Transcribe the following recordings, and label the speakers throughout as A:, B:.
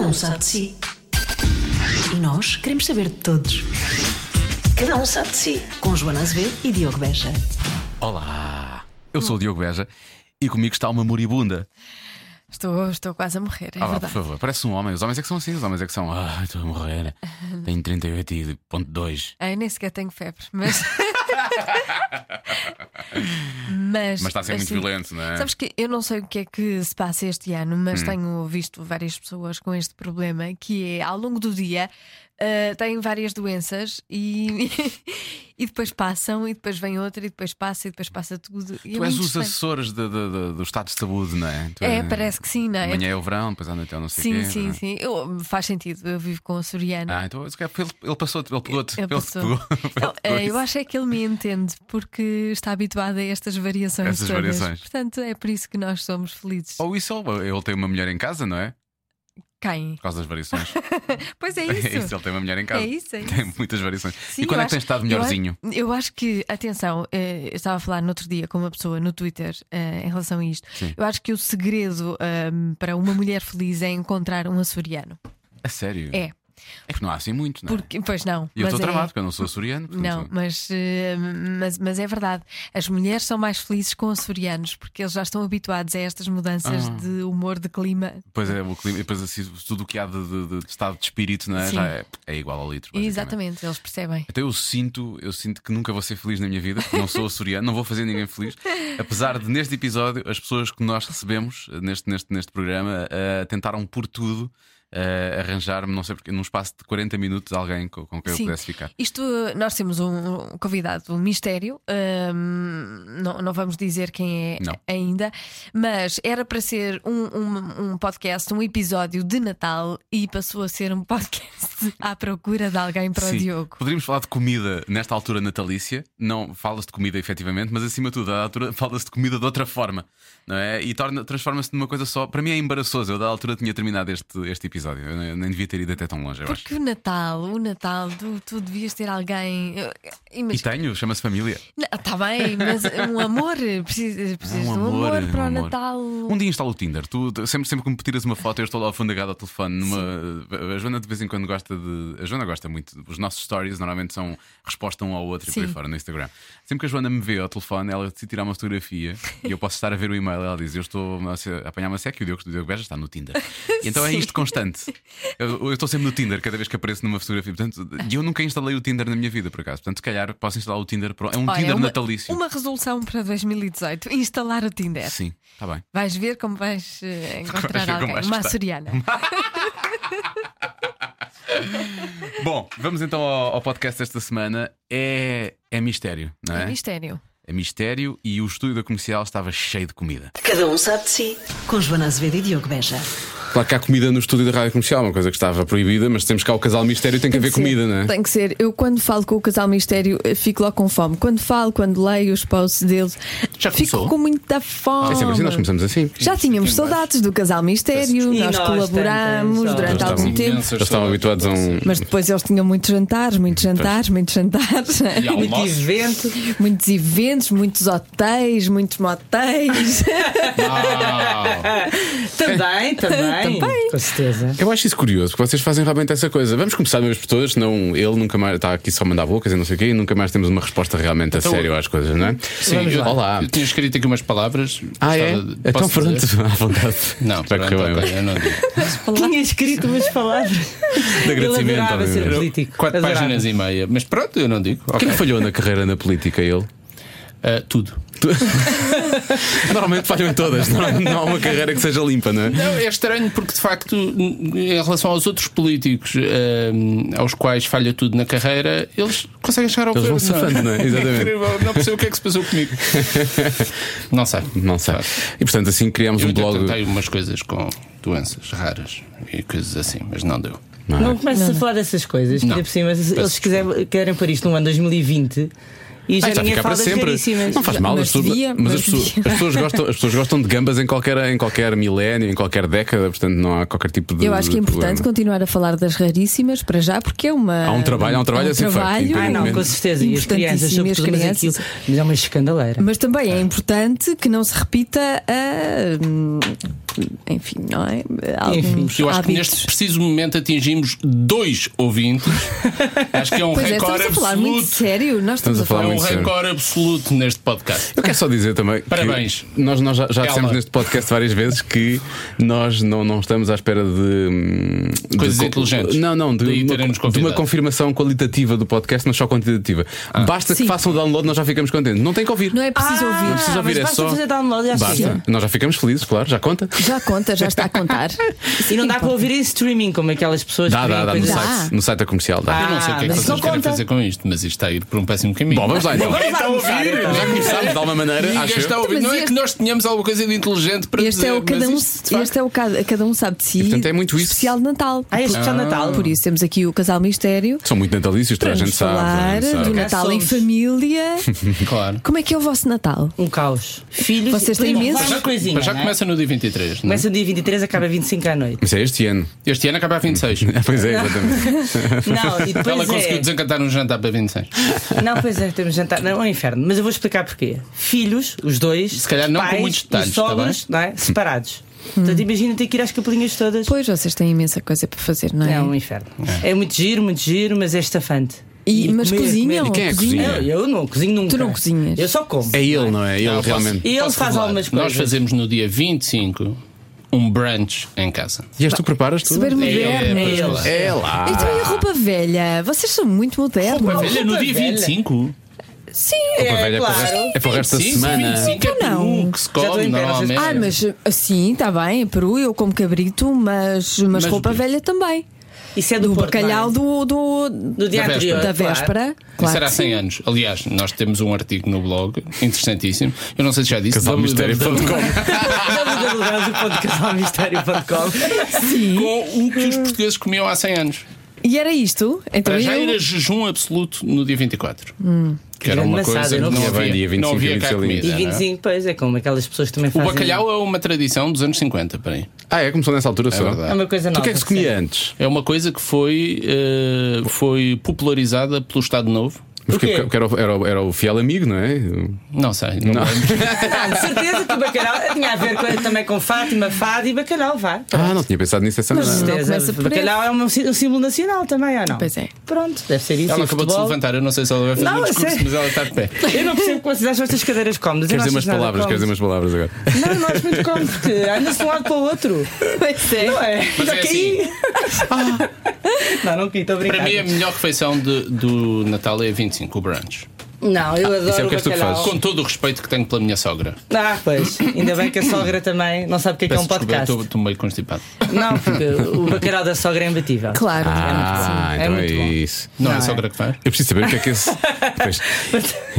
A: um sabe de si. E nós queremos saber de todos. Cada um sabe de si. Com Joana Azevedo e Diogo Beja.
B: Olá, eu sou o Diogo Beja e comigo está uma moribunda.
C: Estou, estou quase a morrer,
B: Ah,
C: é
B: vá, por
C: verdade.
B: favor, parece um homem. Os homens é que são assim, os homens é que são. Ah, estou a morrer. Tenho 38,2.
C: Ai, nem sequer tenho febre, mas. mas.
B: Mas está a ser
C: mas
B: muito
C: sim.
B: violento, não é?
C: assim.
B: Hum.
C: Sabes que eu não sei o que é que se passa este ano, mas tenho visto várias pessoas com este problema que é ao longo do dia ah, têm várias doenças e, e depois passam, e depois vem outra, e depois passa, e depois passa tudo. E é
B: Tu és
C: muito
B: os
C: estranho.
B: assessores de- de- de- do estado de saúde, não é? Tu
C: É,
B: és-
C: parece que sim, não é?
B: Amanhã é o verão, depois à noite é o não sei o
C: Sim,
B: quê. não
C: sim,
B: é?
C: sim. Eu, faz sentido, eu vivo com um o Soriano.
B: Ah, então se calhar, ele, ele passou, ele pegou-te.
C: Ele passou. É Não, eh, eu acho é que ele me entende porque está habituado a estas variações
B: Essas
C: todas.
B: variações. Oh.
C: Portanto, é por isso que nós somos felizes.
B: Ou isso, ou ele tem uma mulher em casa, não é?
C: Quem?
B: Por causa das variações.
C: Pois é
B: É isso,
C: isso.
B: ele tem uma mulher em casa.
C: É isso, é
B: Tem
C: isso.
B: muitas variações.
C: Sim,
B: e quando
C: eu
B: é que tens
C: acho-
B: estado
C: eu a-
B: melhorzinho?
C: Eu, acho que, atenção, eh, eu estava a falar no outro dia com uma pessoa no Twitter eh, em relação a isto.
B: Sim.
C: Eu acho que o segredo eh, para uma mulher feliz é encontrar um açoriano.
B: A sério?
C: É.
B: É porque não há assim muito, não é?
C: Porque, pois não.
B: E eu
C: mas
B: estou
C: é-
B: tramado, porque eu não sou açoriano. portanto-
C: Não, mas, eh, mas, mas é verdade. As mulheres são mais felizes com os sorianos porque eles já estão habituados a estas mudanças
B: Ah.
C: de humor, de clima.
B: Depois é o clima, depois assim, tudo o que há de, de- de estado de espírito, não é?
C: Sim.
B: Já é, é igual ao litro. basicamente.
C: Exatamente, eles percebem.
B: Até eu sinto, eu sinto que nunca vou ser feliz na minha vida, porque não sou açoriano, não vou fazer ninguém feliz. Apesar de neste episódio as pessoas que nós recebemos eh, neste, neste, neste programa eh, tentaram por tudo eh, arranjar-me, não sei porque, num espaço de 40 minutos alguém com, com quem eu
C: Sim.
B: pudesse ficar.
C: Isto, eh, nós temos um um convidado, um mistério, hum, não, não vamos dizer quem é
B: Não.
C: ainda, mas era para ser um, um, um podcast, um episódio de Natal e passou a ser um podcast à procura de alguém para o
B: Sim.
C: Diogo.
B: Poderíamos falar de comida nesta altura natalícia. Não falas de comida, efetivamente, mas acima de tudo, à altura fala-se de comida de outra forma, não é? E torna- transforma-se numa coisa só. Para mim é embaraçoso. Eu, da altura, tinha terminado este, este episódio. Eu nem nem devia ter ido até tão longe, eu acho.
C: Porque o Natal, o Natal, tu, tu devias ter alguém. eh,
B: E
C: imagina-
B: tenho, chama-se família.
C: Está tá bem, mas um amor, precisas, precisas de um amor, para o
B: É amor.
C: Natal.
B: Um dia instalo o Tinder. Tu, tu- sempre, sempre que me tiras uma foto, eu estou lá afundagado ao telefone. Numa... A Joana de vez em quando gosta de. A Joana gosta muito. Os nossos stories normalmente são resposta um ao outro e por aí
C: Sim.
B: fora no Instagram. Sempre que a Joana me vê ao telefone, ela decide tirar uma fotografia e eu posso estar a ver o e-mail. Ela diz: Eu estou a se- a apanhar uma seca e o Diogo, o Diogo Beja está no Tinder. E então é
C: Sim.
B: isto constante. Eu, eu estou sempre no Tinder cada vez que apareço numa fotografia. Portanto, e eu nunca instalei o Tinder na minha vida, por acaso. Portanto, se calhar posso instalar o Tinder. Para... É um
C: Olha,
B: Tinder
C: uma,
B: natalício.
C: Uma resolução para 2018: instalar o Tinder.
B: Sim, está bem.
C: Vais ver como vais eh,
B: Vais
C: encontrar
B: ver como
C: alguém.
B: vais
C: Uma
B: gostar.
C: açoriana.
B: Bom, vamos então ao, ao podcast desta semana. É, é mistério, não é?
C: É mistério.
B: É mistério e o estúdio da comercial estava cheio de comida.
A: Cada um sabe de si. Com Joana Azevedo e Diogo Beja.
B: Claro que há comida no estúdio da rádio comercial, uma coisa que estava proibida, mas temos cá o casal mistério, tem que haver comida, não é?
C: Tem que ser. Eu, quando falo com o casal mistério, eh, fico logo com fome. Quando falo, quando leio os posts deles,
B: Já
C: fico
B: começou?
C: com muita fome.
B: É sempre assim, nós começamos assim.
C: Já tínhamos saudades do casal mistério,
D: E
C: nós,
D: nós
C: colaboramos
D: tantas
C: durante
B: saudades.
C: algum tempo.
B: Já estavam habituados a um.
C: Mas depois eles tinham muitos jantares, muitos jantares, muitos jantares,
D: Muito evento.
C: muitos eventos, muitos hotéis, muitos motéis.
D: Também, também. Com certeza.
B: Eu acho isso curioso, porque vocês fazem realmente essa coisa. Vamos começar de uma vez por todas, senão ele nunca mais está aqui só a mandar bocas e não sei o quê, e nunca mais temos uma resposta realmente a sério às coisas, não é?
E: Sim, eu,
B: Olá.
E: eu tinha escrito aqui umas palavras.
B: Ah, é?
E: Gostava de-
B: Então
E: posso
B: pronto,
E: dizer?
B: à vontade.
E: Não,
B: vai
E: pronto,
B: correr bem.
E: ok, eu não digo.
D: Tinha escrito umas palavras.
B: De agradecimento.
D: adorava ser
B: obviamente.
D: político.
E: Quatro
D: Adorava.
E: páginas e meia. Mas pronto, eu não digo.
B: O que
E: Ok.
B: é que falhou na carreira na política ele?
E: Ah, tudo.
B: Normalmente falham em todas, não, não há uma carreira que seja limpa, não é?
E: Não, é estranho porque de facto, em relação aos outros políticos ah, aos quais falha tudo na carreira, eles conseguem chegar ao
B: Eles vão
E: governo,
B: safando, não é? Exatamente.
E: Incrível, não percebo o que é que se passou comigo. Não sei.
B: Não sei. E portanto, assim criámos
E: Eu
B: um
E: até
B: blog.
E: tentei umas coisas com doenças raras e coisas assim, mas não deu.
B: é?
D: Não começas a falar dessas coisas, que ainda por cima, se eles quiser- querem pôr isto no ano 2020. E já
B: Ah, isto vai
D: ninguém
B: ficar
D: fala
B: para
D: das
B: sempre.
D: raríssimas.
B: Não faz mal,
F: Mas
B: as pessoas,
F: devia,
B: mas
F: mas
B: as pessoas,
F: devia.
B: as pessoas gostam, as pessoas gostam de gambas em qualquer, em qualquer milénio, em qualquer década, portanto não há qualquer tipo de.
C: Eu acho que é
B: de
C: importante
B: problema.
C: continuar a falar das raríssimas para já, porque é uma.
B: Há um trabalho, há um trabalho a ser feito,
C: trabalho.
B: entendo.
D: Ah, não, com certeza. E as crianças,
C: Importantíssimo, e as
D: sobretudo, mas
C: crianças.
D: aquilo. Mas é uma escandaleira.
C: Mas também é importante que não se repita a. hum, Enfim, não é? Alguns
E: Eu acho que
C: hábitos.
E: neste preciso momento atingimos dois ouvintes. acho que é um
C: Pois é, estamos
E: recorde
C: a falar muito
E: absoluto.
C: sério. Nós estamos,
B: Estamos a falar
E: É um
B: muito sério.
E: recorde absoluto neste podcast.
B: Eu quero só dizer também. que
E: Parabéns.
B: Nós, nós já, já
E: Ela.
B: dissemos neste podcast várias vezes que nós não, não estamos à espera de. hum, de
E: Coisas
B: co-
E: inteligentes.
B: Não, não, de,
E: Daí
B: uma,
E: teremos
B: co- de uma
E: convidado. Ah.
B: confirmação qualitativa do podcast, mas só quantitativa. Basta que façam o download, nós já ficamos contentes. Não tem que ouvir.
C: Não é preciso
B: Não
C: ouvir.
B: precisa
D: Ah,
B: ouvir,
D: mas
B: é assim.
D: basta
B: só.
D: fazer download e já
B: Basta.
D: chega.
B: Nós já ficamos felizes, claro, já conta.
C: Já conta, já está a contar.
D: E não dá para ouvir em streaming, como aquelas pessoas
B: Dá,
D: que
B: dá,
D: veem
B: dá, no
D: coisas-
C: Dá.
B: site, no site da comercial. Dá.
E: Eu não
C: Ah,
E: sei o que é que
D: mas isso
E: vocês
D: não
E: querem
D: conta.
E: fazer com isto, mas isto está a ir por um péssimo caminho.
B: Bom, vamos lá então.
E: Ninguém está a ouvir.
B: Já começámos de alguma maneira, acho
E: Ninguém está a
B: eu.
E: ouvir.
C: Mas
E: Não é
C: este-
E: que nós tenhamos alguma coisa de inteligente para
C: Este
E: dizer.
C: é o cada
E: mas
C: um,
E: isto, de facto,
C: este é o cada, cada um sabe de si.
B: E, portanto, é muito isso.
C: Especial de Natal.
D: Ah, é especial de Natal.
C: Por isso temos aqui o casal mistério.
B: São muito natalícios, toda a
C: Para
B: gente
C: nos
B: sabe. toda a
C: falar
B: gente sabe. É,
C: do Natal em
D: somos.
C: família.
E: Claro.
C: Como é que é o vosso Natal?
D: Um caos. Filhos,
C: Vocês têm meses?
D: Uma coisinha.
E: Mas já
D: não é?
E: começa no dia 23. não é?
D: Começa no dia 23, acaba 25 à noite.
B: Mas é este ano.
E: Este ano acaba a 26.
B: Pois é, exatamente.
D: Não, e
E: Ela
D: depois
E: conseguiu
D: é.
E: desencantar um jantar para 26.
D: Não, pois é, temos jantar. Não, é um inferno. Mas eu vou explicar porquê. Filhos, os dois.
E: Se calhar não com
D: pais,
E: muitos detalhes, tá Hum.
D: Os sogros, não é? Separados. Portanto, imagina ter que ir às capelinhas todas.
C: Pois vocês têm imensa coisa para fazer, não é?
D: É um inferno. É. muito giro, muito giro, mas é estafante.
C: E- mas cozinham?
B: E quem é que
C: Cozinham?
B: cozinha?
D: Eu, eu não cozinho nunca.
C: Tu não cozinhas?
D: Eu só como.
B: É ele, não é? Ele
E: Não,
B: realmente.
E: posso-
D: E ele
E: posso
D: faz
E: revelar.
D: algumas
E: Nós
D: coisas.
E: fazemos no dia 25 um brunch em casa.
B: E és tu que preparas
C: Se
D: É,
C: bem
B: tudo?
C: moderno.
E: pois,
D: ele.
E: claro.
B: É lá.
C: Então e a roupa velha? Vocês são muito modernos.
E: Mas olha, no dia
D: velha.
E: 25.
C: Sim.
B: Roupa velha é para o
D: claro.
B: resto- é para o resto da
E: 25,
B: semana.
E: 25 é
C: Então não.
E: peru que se
D: estou
E: come
D: em pé, não sei se-
E: normalmente.
C: Ah, mas assim, está bem, Peru, eu como cabrito, mas, mas,
E: Mas
C: roupa
E: o quê?
C: velha também.
D: Isso é do,
C: Do
D: Porto, não é?
C: bacalhau do, do,
D: do dia
E: Da véspera.
D: anterior.
C: da
D: claro.
C: véspera.
E: Isso
C: Ah, Claro.
E: era
C: que
E: há
B: assim,
C: sim.
E: 100 anos. Aliás, nós temos um artigo no blog interessantíssimo. Eu não sei se já disse.
B: Casal mistério.
D: www.casalmistério.com
E: Com o que os portugueses comiam há 100 anos.
C: E era isto? Então
E: Para já
C: eu-
E: era jejum absoluto no dia 24. Que era
D: grande
E: uma
D: maçada,
E: coisa que
D: eu não
E: não
D: tinha
B: bem dia
E: havia.
B: 25
E: Não havia
B: e
E: cá
B: 25
E: comida.
D: E
E: não é?
D: 25, pois é como aquelas pessoas que também
E: O
D: fazem.
E: bacalhau é uma tradição dos anos 50, peraí.
B: Ah, é? Começou nessa altura
E: É
B: só.
E: verdade.
D: é uma coisa
B: Tu
D: nova.
B: o que é que se comia antes?
E: É uma coisa que foi, eh, foi popularizada pelo Estado Novo.
B: Porque,
D: quê?
B: porque era, o- era o- era o fiel amigo, não é?
E: Não sei. Não. lembro.
D: Ah, de certeza que o bacalhau tinha a ver com- também com Fátima, Fado e bacalhau, vá.
B: Ah, não tinha pensado nisso essa
C: Mas-
B: maneira.
C: Não começa por
D: bacalhau é um, sí- um símbolo nacional também, ou não?
C: Pois é.
D: Pronto, deve ser isso.
E: Ela
D: e
E: acabou de se
D: futebol.
E: levantar, eu não sei se ela vai fazer
D: Não,
E: um
D: eu
E: discurso,
D: sei.
E: mas ela está de pé.
D: Eu não percebo como vocês acham estas cadeiras cómodas.
B: Queres dizer
D: eu não
B: umas
D: acho nada
B: palavras? Queres dizer umas
D: cómodo.
B: palavras agora?
D: Não, eu não acho muito cómodo, porque anda-se de um lado para o outro.
C: Pois é.
D: Não é?
E: Mas
D: Já
E: é
D: caí.
B: assim.
D: Não, não caí, estou a brincar.
E: Para mim,
B: é-
E: a melhor refeição de- do Natal é a 25, o brunch.
D: Não, eu adoro
B: isso é o
D: o
B: que és tu que
D: bacalhau.
B: fazes.
E: Com todo o respeito que tenho pela minha sogra.
D: Ah, pois. Ainda bem que a sogra também não sabe o que é, que é um
E: Peço desculpa, eu
D: podcast.
E: estou- estou meio constipado.
D: Não, porque o bacalhau da sogra é imbatível.
C: Claro.
B: Ah,
D: É
B: então é
D: muito bom.
B: isso.
E: Não,
D: Não
E: é a
D: é?
E: sogra que faz?
B: Eu preciso saber o que é que esse. Pois.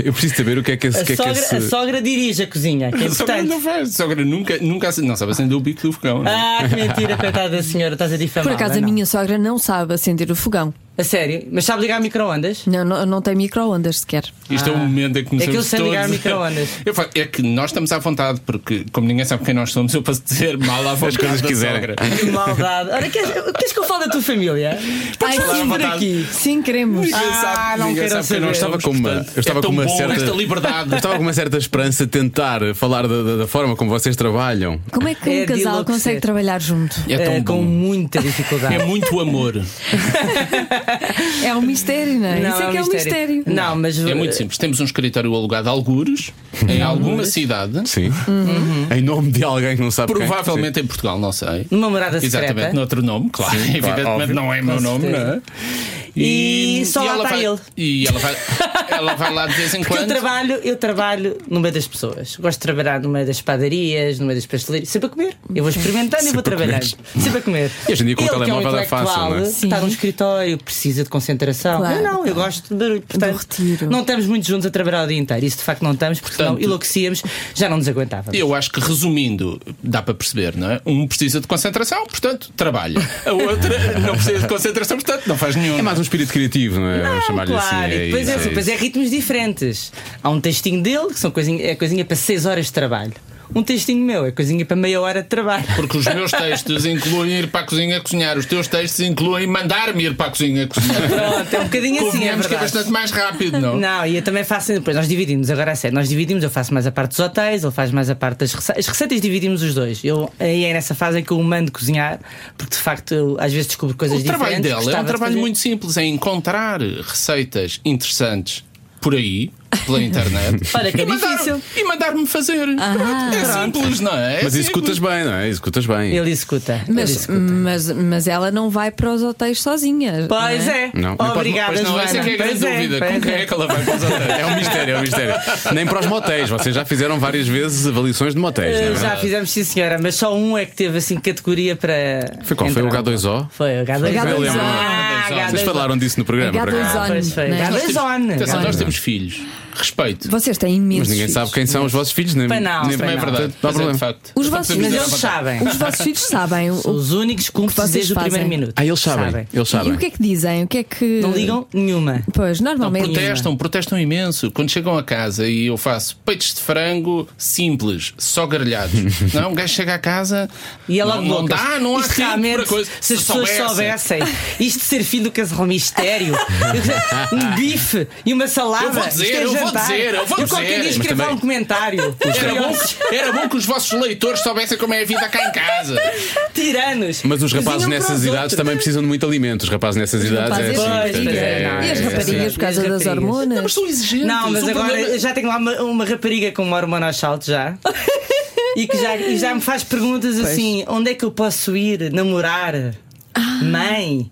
B: eu preciso saber o que é que esse.
D: A,
B: o que é que
D: sogra,
B: esse-
D: a sogra dirige a cozinha, que é
E: A sogra
D: importante.
E: não faz. A sogra nunca, nunca acende- não sabe acender o bico do fogão. não é?
D: Ah, que mentira, coitada da senhora, estás a difamar. é?
C: Por acaso a minha sogra não sabe acender o fogão.
D: A sério? Mas sabe ligar micro-ondas?
C: Não, não, não tem micro-ondas sequer.
E: Isto é o momento em que
D: Aquilo
E: começamos
D: sem
E: todos.
D: ligar micro-ondas.
E: Eu falo, é que nós estamos à vontade, porque como ninguém sabe quem nós somos, eu posso dizer mal à vontade
B: coisas
E: da
B: que quiserem.
E: sogra.
D: Que maldade. Ora, queres, queres que eu fale da tua família?
C: Ai, sim, por aqui. Sim, queremos.
E: Ninguém
D: Ah,
E: sabe-
D: não
E: ninguém
D: quero
E: sabe quem
D: saber.
E: nós
B: Eu estava
E: somos,
B: com uma,
E: portanto,
B: eu estava com
E: é tão
B: uma
E: bom
B: certa
E: esta liberdade.
B: Eu estava com uma certa esperança de tentar falar da, da- da forma como vocês trabalham.
C: Como é que um
D: É de
C: casal
D: enlouquecer.
C: consegue trabalhar junto?
E: É tão
D: Eh, com um
E: bom.
D: muita dificuldade.
E: É muito amor.
C: É um mistério, não é? Isso é que é um mistério.
D: Não, mas eh,
E: É muito simples. Temos um escritório alugado a algures, em alguma cidade,
B: Sim. Em nome de alguém que não sabe quem. é.
E: provavelmente em Portugal, não sei.
D: Numa morada secreta.
E: Exatamente, noutro nome, claro. Evidentemente
B: óbvio.
E: não é meu nome, não é?
D: E só lá
E: ela
D: está
E: vai,
D: ele.
E: E ela vai, ela vai lá de vez em
D: Porque É eu
E: quando.
D: trabalho, eu trabalho no meio das pessoas. Gosto de trabalhar no meio das padarias, no meio das pastelarias, sempre a comer. Eu vou experimentando e vou
B: Sempre a comer.
D: trabalhando. Sempre a comer.
B: E hoje em dia com o
D: Ele, que
B: telemóvel
D: é, um
B: é fácil,
D: intelectual,
B: não é?
D: Está
C: Sim.
D: num escritório, precisa de concentração.
C: Claro.
D: Eu não, eu gosto de barulho. Portanto,
C: retiro.
D: não estamos muito juntos a trabalhar o dia inteiro. Isso de facto não estamos, porque senão
E: Portanto,
D: enlouquecíamos, já não nos aguentávamos.
E: Eu acho que resumindo, dá para perceber, não é? Um precisa de concentração, portanto, trabalha. A outra não precisa de concentração, portanto, não faz nenhum.
B: É mais um espírito criativo, não é? Vamos chamar-lhe assim.
D: Claro, e depois,
B: isso,
D: é, assim, depois é
B: isso.
D: ritmos diferentes. Há um textinho dele, que são coisinha, é coisinha para 6 horas de trabalho. Um textinho meu, é coisinha para meia hora de trabalho.
E: Porque os meus textos incluem ir para a cozinha cozinhar, os teus textos incluem mandar-me ir para a cozinha cozinhar.
D: Pronto, é um bocadinho assim, é
E: Convenhamos que é
D: verdade.
E: bastante mais rápido, não?
D: Não, e eu também faço. Depois nós dividimos, agora é sério, nós dividimos. Eu faço mais a parte dos hotéis, ele faz mais a parte das receitas. As receitas dividimos os dois. Eu, aí é nessa fase em que eu o mando cozinhar, porque de facto eu às vezes descubro coisas
E: O trabalho
D: diferentes.
E: dela é
D: gostava
E: um
D: de
E: trabalho
D: fazer.
E: muito simples, é encontrar receitas interessantes por aí, pela internet.
D: Olha que é
E: e mandar-
D: difícil. Ah,
E: E mandar-me fazer. Pronto, é simples, não é? É
B: Mas
E: simples.
B: executas bem, não é? Executas bem.
D: Ele executa. ele
C: Mas,
D: executa.
C: mas, mas ela não vai para os hotéis sozinha.
D: Pois
C: não é?
D: é.
B: Não.
D: Obrigada,
E: Pois não,
D: Joana.
E: essa é que é a grande
D: Pois é,
E: dúvida. Com
D: pois
E: quem
D: é.
E: é que ela vai para os hotéis?
B: É um mistério, é um mistério. Nem para os motéis. Vocês já fizeram várias vezes avaliações de motéis, não é
D: Eh, Já
B: verdade?
D: fizemos, sim, senhora, mas só um é que teve assim categoria para.
B: Foi qual? Foi o
D: entrar.
B: H2O?
D: Foi o H2O.
C: H2O.
B: Eu lembro.
D: Ah, H2O.
B: Vocês falaram disso no programa, por acaso.
C: H2O.
D: Pois foi.
C: Né?
E: Nós temos-
D: H2O.
E: Atenção, nós temos filhos. Respeito.
C: Vocês têm imensos.
B: Mas ninguém
C: filhos.
B: sabe quem são os vossos filhos, nem,
D: Pois não,
B: nem
D: pois
E: Também é
D: não.
E: verdade.
B: Não há
E: mas é de
B: problema.
E: facto.
C: Os
E: Não
C: vossos-
E: podemos
D: Mas
E: dar
D: eles
E: a vontade.
D: sabem.
C: Os vossos filhos sabem.
D: São
C: O,
D: os únicos cúmplices
C: Vocês
D: desde o
C: fazem.
D: primeiro minuto.
B: Ah, eles sabem. Eles
C: e
B: sabem.
C: o que é que dizem? O que é que.
D: Não ligam nenhuma.
C: Pois, normalmente.
E: Protestam,
D: é?
E: protestam imenso. Quando chegam a casa e eu faço peitos de frango simples, só grelhados. não, um gajo chega a casa
D: E ela
E: não, não
D: loucas.
E: dá, não há
D: Isto
E: tempo
D: realmente,
E: para coisa.
D: Se as pessoas soubessem isto de ser fim do casal mistério, um bife e uma salada.
E: Eu vou dizer,
D: isto é
E: eu vou
D: jantar.
E: dizer, eu vou
D: qualquer
E: dizer.
D: dia
E: Mas
D: escrevo lá
B: também-
D: um comentário.
E: Era bom, que, era bom que os vossos leitores soubessem como é a vida cá em casa.
D: Tiranos.
B: Mas os rapazes
D: Cozinham para
B: nessas
D: os
B: idades
D: outros.
B: também precisam de muito alimento. Os rapazes nessas idades
C: rapazes,
B: é assim.
D: pois,
B: portanto,
D: pois é,
B: é-
D: não,
C: E as
D: é,
C: raparigas
D: sim.
C: por causa
D: E as
C: das
D: raparigas.
E: Não,
C: hormonas?
E: mas são exigentes.
D: Não, mas
E: O
D: agora
E: problema-
D: já tenho lá uma, uma rapariga com uma hormona ao salto já. E que já, e já me faz perguntas assim: onde é que eu posso ir namorar?
C: Ah.
D: Mãe,